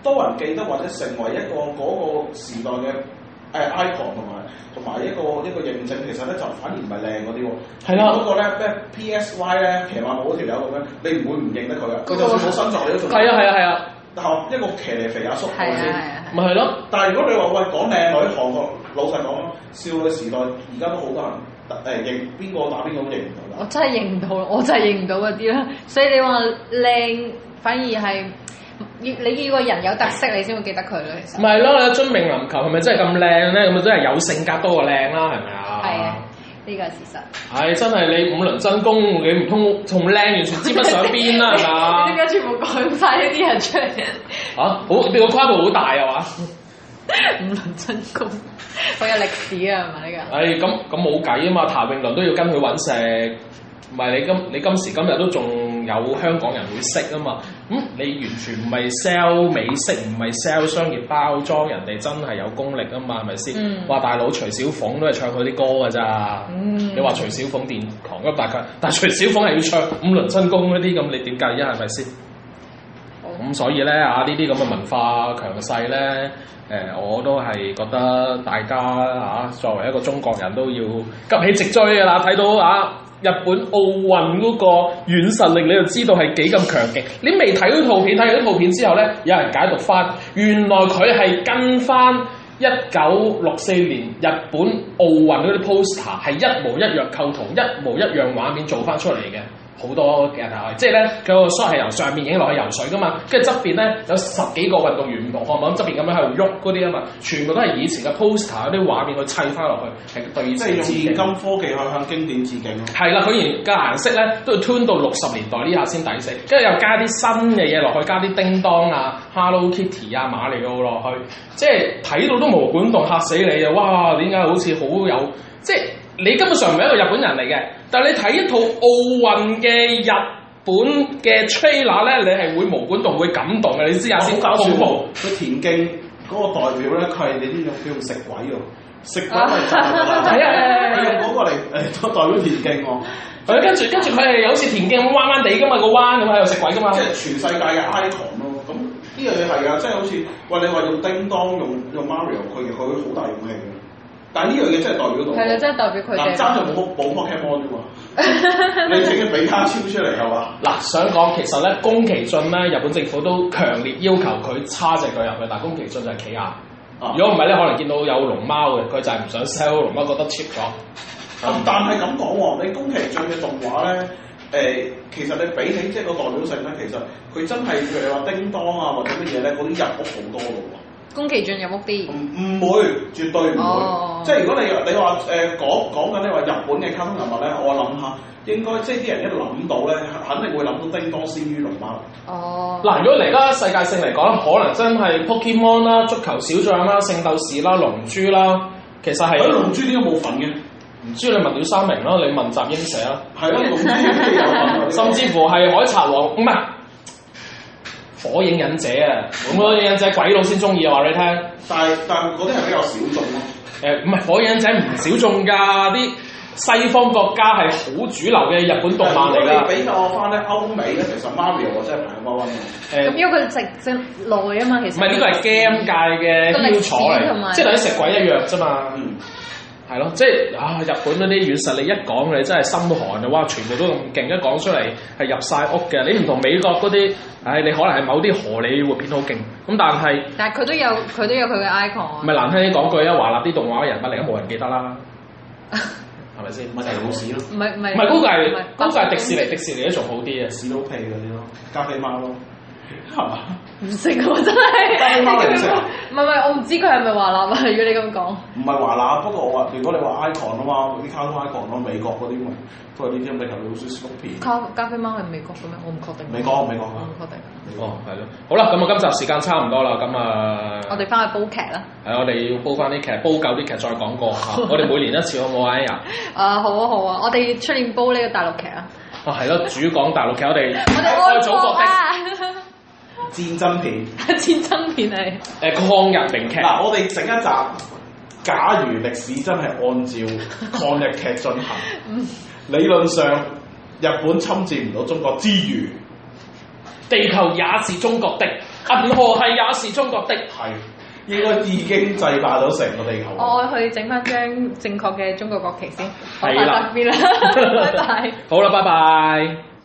Speaker 4: 多人記得或者成為一個嗰個時代嘅誒 icon 同埋同埋一個一個認證，其實咧就反而唔係靚嗰啲喎。
Speaker 2: 係啦
Speaker 4: 嗰個咧咩 P S Y 咧騎馬舞嗰條友咁樣，你唔會唔認得佢啊。佢就算冇身材，你都仲
Speaker 2: 係啊係啊係啊，
Speaker 4: 但係一個騎呢肥阿叔
Speaker 3: 係啊
Speaker 4: 先。
Speaker 3: 係啊
Speaker 2: 咪係咯。
Speaker 4: 但係如果你話喂講靚女韓國，老實講，少女時代而家都好多人誒、認邊個打邊個都認唔到
Speaker 3: 我
Speaker 4: 啦。
Speaker 3: 真係認唔到咯，我真係認唔到嗰啲啦。所以你話靚，反而係要你要個人有特色，你先會記得佢咯。其
Speaker 2: 唔
Speaker 3: 實
Speaker 2: 係咯，你樽命籃球係咪真係咁靚咧？咁啊真係有性格多過靚啦，係咪啊？
Speaker 3: 係啊，呢個係事實。
Speaker 2: 唉，真係你五輪真功，你唔通同靚完全知不上邊啦，係
Speaker 3: 你 <laughs>
Speaker 2: 嘛？
Speaker 3: 點解全部講晒呢啲人出嚟？
Speaker 2: 嚇，啊好你個跨度好大啊嘛！
Speaker 3: 五輪真功，好有歷史啊，係咪呢
Speaker 2: 唉，咁咁冇計啊嘛，譚詠麟都要跟佢揾食，唔係你今你今時今日都仲有香港人會識啊嘛。咁、你完全唔係 sell 美式，唔係 sell 商業包裝，人哋真係有功力啊嘛，係咪先？
Speaker 3: 嗯
Speaker 2: 話、大佬徐小鳳都係唱佢啲歌㗎咋，
Speaker 3: 嗯
Speaker 2: 你話徐小鳳殿堂咁大家，但係徐小鳳係要唱五輪真功嗰啲，咁你點計啊？係咪先？
Speaker 3: 個？好
Speaker 2: 咁所以咧啊，呢啲咁嘅文化強勢咧，誒、我都係覺得大家啊，作為一個中國人都要急起直追㗎啦！睇到啊，日本奧運嗰個軟實力，你就知道係幾咁強勁。你未睇到套片，睇完套片之後咧，有人解讀翻，原來佢係跟翻一九六四年日本奧運嗰啲 poster 係一模一樣構圖、一模一樣畫面做翻出嚟嘅。好多人係，即係咧佢個 shot 係由上面影落去游水噶嘛，跟住側邊咧有十幾個運動員唔同項目側邊咁樣喺度喐嗰啲啊嘛，全部都係以前嘅 poster 嗰啲畫面去砌翻落去，係對
Speaker 4: 即係用
Speaker 2: 自己
Speaker 4: 現今科技去向經典致敬咯。
Speaker 2: 係啦，佢而家顏色咧都要 tune 到六十年代呢下先抵死，跟住又加啲新嘅嘢落去，加啲叮當啊、Hello Kitty 啊、馬里奧落去，即係睇到都毛管動嚇死你啊！哇，點解好似好有即係你根本上唔係一個日本人嚟嘅，但係你睇一套奧運嘅日本嘅 trailer 咧，你係會毛管動會感動嘅，你知下啊先
Speaker 4: 好搞笑
Speaker 2: 恐怖
Speaker 4: 喎！佢田徑嗰個代表咧，佢係你呢種叫做食鬼喎，食鬼係真
Speaker 2: 係啊係啊係啊
Speaker 4: 佢用嗰個嚟誒代表田徑喎，
Speaker 2: 係跟住跟住佢係有好似田徑咁彎彎地噶嘛，個彎咁喺度食鬼噶嘛
Speaker 4: 即。係全世界嘅 icon 咯。咁呢樣嘢係啊，即係好似喂你話用叮當用用 Mario，佢嘅佢好大勇氣嘅。但係呢樣嘢真係代表到
Speaker 3: 係啦，真係代表佢
Speaker 4: 嗱
Speaker 3: 哋。
Speaker 4: 爭就冇冇 Pokemon 啫
Speaker 3: <laughs>
Speaker 4: 嘛，你整嘅比卡超出嚟係嘛？
Speaker 2: 嗱，想講其實咧，宮崎駿咧，日本政府都強烈要求佢叉隻腳入去，但係宮崎駿就係企硬。
Speaker 4: 啊
Speaker 2: 如果唔係咧，可能見到有龍貓嘅，佢就係唔想 sell 龍貓，覺得 cheap 咗。
Speaker 4: 但但係咁講喎，你宮崎駿嘅動畫咧，誒、其實你比起即係個代表性咧，其實佢真係譬如話叮當啊或者乜嘢咧，嗰啲入屋好多嘅喎。
Speaker 3: 宮崎駿入屋啲
Speaker 4: 唔。唔會，絕對唔會。
Speaker 3: 哦
Speaker 4: 即係如果你你話誒、講講緊你話日本嘅卡通人物咧，我諗下應該即係啲人一諗到咧，肯定會諗到叮當先於龍貓。
Speaker 3: 哦。
Speaker 2: 嗱，如果嚟家世界性嚟講，可能真係 Pokemon 啦、足球小將啦、聖鬥士啦、龍珠啦，其實係
Speaker 4: 喺龍珠點解冇份嘅？
Speaker 2: 唔知你問廖三明啦，你問集英社啦，
Speaker 4: 係咯，龍珠點解有份？
Speaker 2: 啊
Speaker 4: 啊
Speaker 2: 甚至乎係海賊王唔係火影忍者啊，火影忍者鬼佬先中意啊，話你聽。
Speaker 4: 但係但係嗰啲係比較小眾咯。
Speaker 2: 誒呃唔係火影忍者唔小眾㗎，啲西方國家係好主流嘅日本動漫嚟
Speaker 4: 如果
Speaker 2: 㗎。
Speaker 4: 你比較翻咧歐美咧，其實 Mario 啊真係排number one 嘅。
Speaker 2: 誒
Speaker 3: 咁因為佢直直耐啊嘛，其
Speaker 2: 呃
Speaker 3: 實。
Speaker 2: 唔係呢個係 game 界嘅
Speaker 3: 個歷
Speaker 2: 標
Speaker 3: 史
Speaker 2: 楚嚟
Speaker 3: 同埋
Speaker 2: 㗎，即係等於食鬼一樣啫嘛。
Speaker 4: 嗯，
Speaker 2: 係咯，即係啊！日本嗰啲軟實力一講，你真係心寒啊！哇，全部都咁勁，一講出嚟係入晒屋嘅。你唔同美國嗰啲，唉、你可能係某啲荷里活片好勁，咁但係
Speaker 3: 但係佢都有佢都有佢嘅 icon
Speaker 2: 唔。係難聽啲講句啊，華納啲動畫人物嚟，都冇人記得
Speaker 3: <laughs>
Speaker 2: 啦，係咪先？咪就係老屎咯。
Speaker 3: 唔係唔係。
Speaker 2: 唔係嗰個
Speaker 3: 唔
Speaker 2: 係嗰個係迪士尼，迪
Speaker 3: 白雪
Speaker 2: 士尼都仲好啲啊嘅。
Speaker 4: 史努屁嗰啲咯，加菲貓咯，係嘛？
Speaker 3: 公主唔識喎，真
Speaker 4: 白
Speaker 3: 係。
Speaker 4: 雪貓你唔識啊
Speaker 3: 唔係唔係，我唔知佢係咪華納啊？ <laughs> 如果你咁講。
Speaker 4: 唔係華納，不過我話如果你話 icon 啊嘛，啲卡通 icon 咯，美國嗰啲咪都係呢啲咪頭老鼠史努比。
Speaker 3: 咖咖啡貓係美國嘅咩？我唔確定。
Speaker 4: 美國啊美國
Speaker 3: 我唔確定。
Speaker 2: 哦，係咯，好啦，咁啊，今集時間差唔多啦，咁啊，
Speaker 3: 我哋翻去煲劇啦。
Speaker 2: 係我哋要煲翻啲劇，煲夠啲劇再講過嚇。 <laughs> 我哋每年一次好唔好啊？哎
Speaker 3: <laughs>
Speaker 2: 呀，
Speaker 3: 啊，好啊好啊，我哋出年煲呢個大陸劇啊。
Speaker 2: 啊係咯，主講大陸劇，我哋
Speaker 3: 我哋愛
Speaker 2: 祖
Speaker 3: 國
Speaker 2: 國的
Speaker 3: 啊！ <laughs>
Speaker 4: 戰爭片。
Speaker 3: 戰爭片係。
Speaker 2: 誒抗日名劇，
Speaker 4: 嗱，我哋整一集，假如歷史真係按照抗日劇
Speaker 2: <laughs>
Speaker 4: 進行，
Speaker 2: 嗯
Speaker 4: 理論上日本侵佔唔到中國之餘，
Speaker 2: 地球也是中國的，銀河系也是中國的。
Speaker 4: 係應該已經制霸咗成個地球。
Speaker 3: 我去整翻張正確嘅中國國旗先。
Speaker 2: 係啦
Speaker 3: 我發達邊啦，拜拜。 <laughs>
Speaker 2: 好啦，拜拜。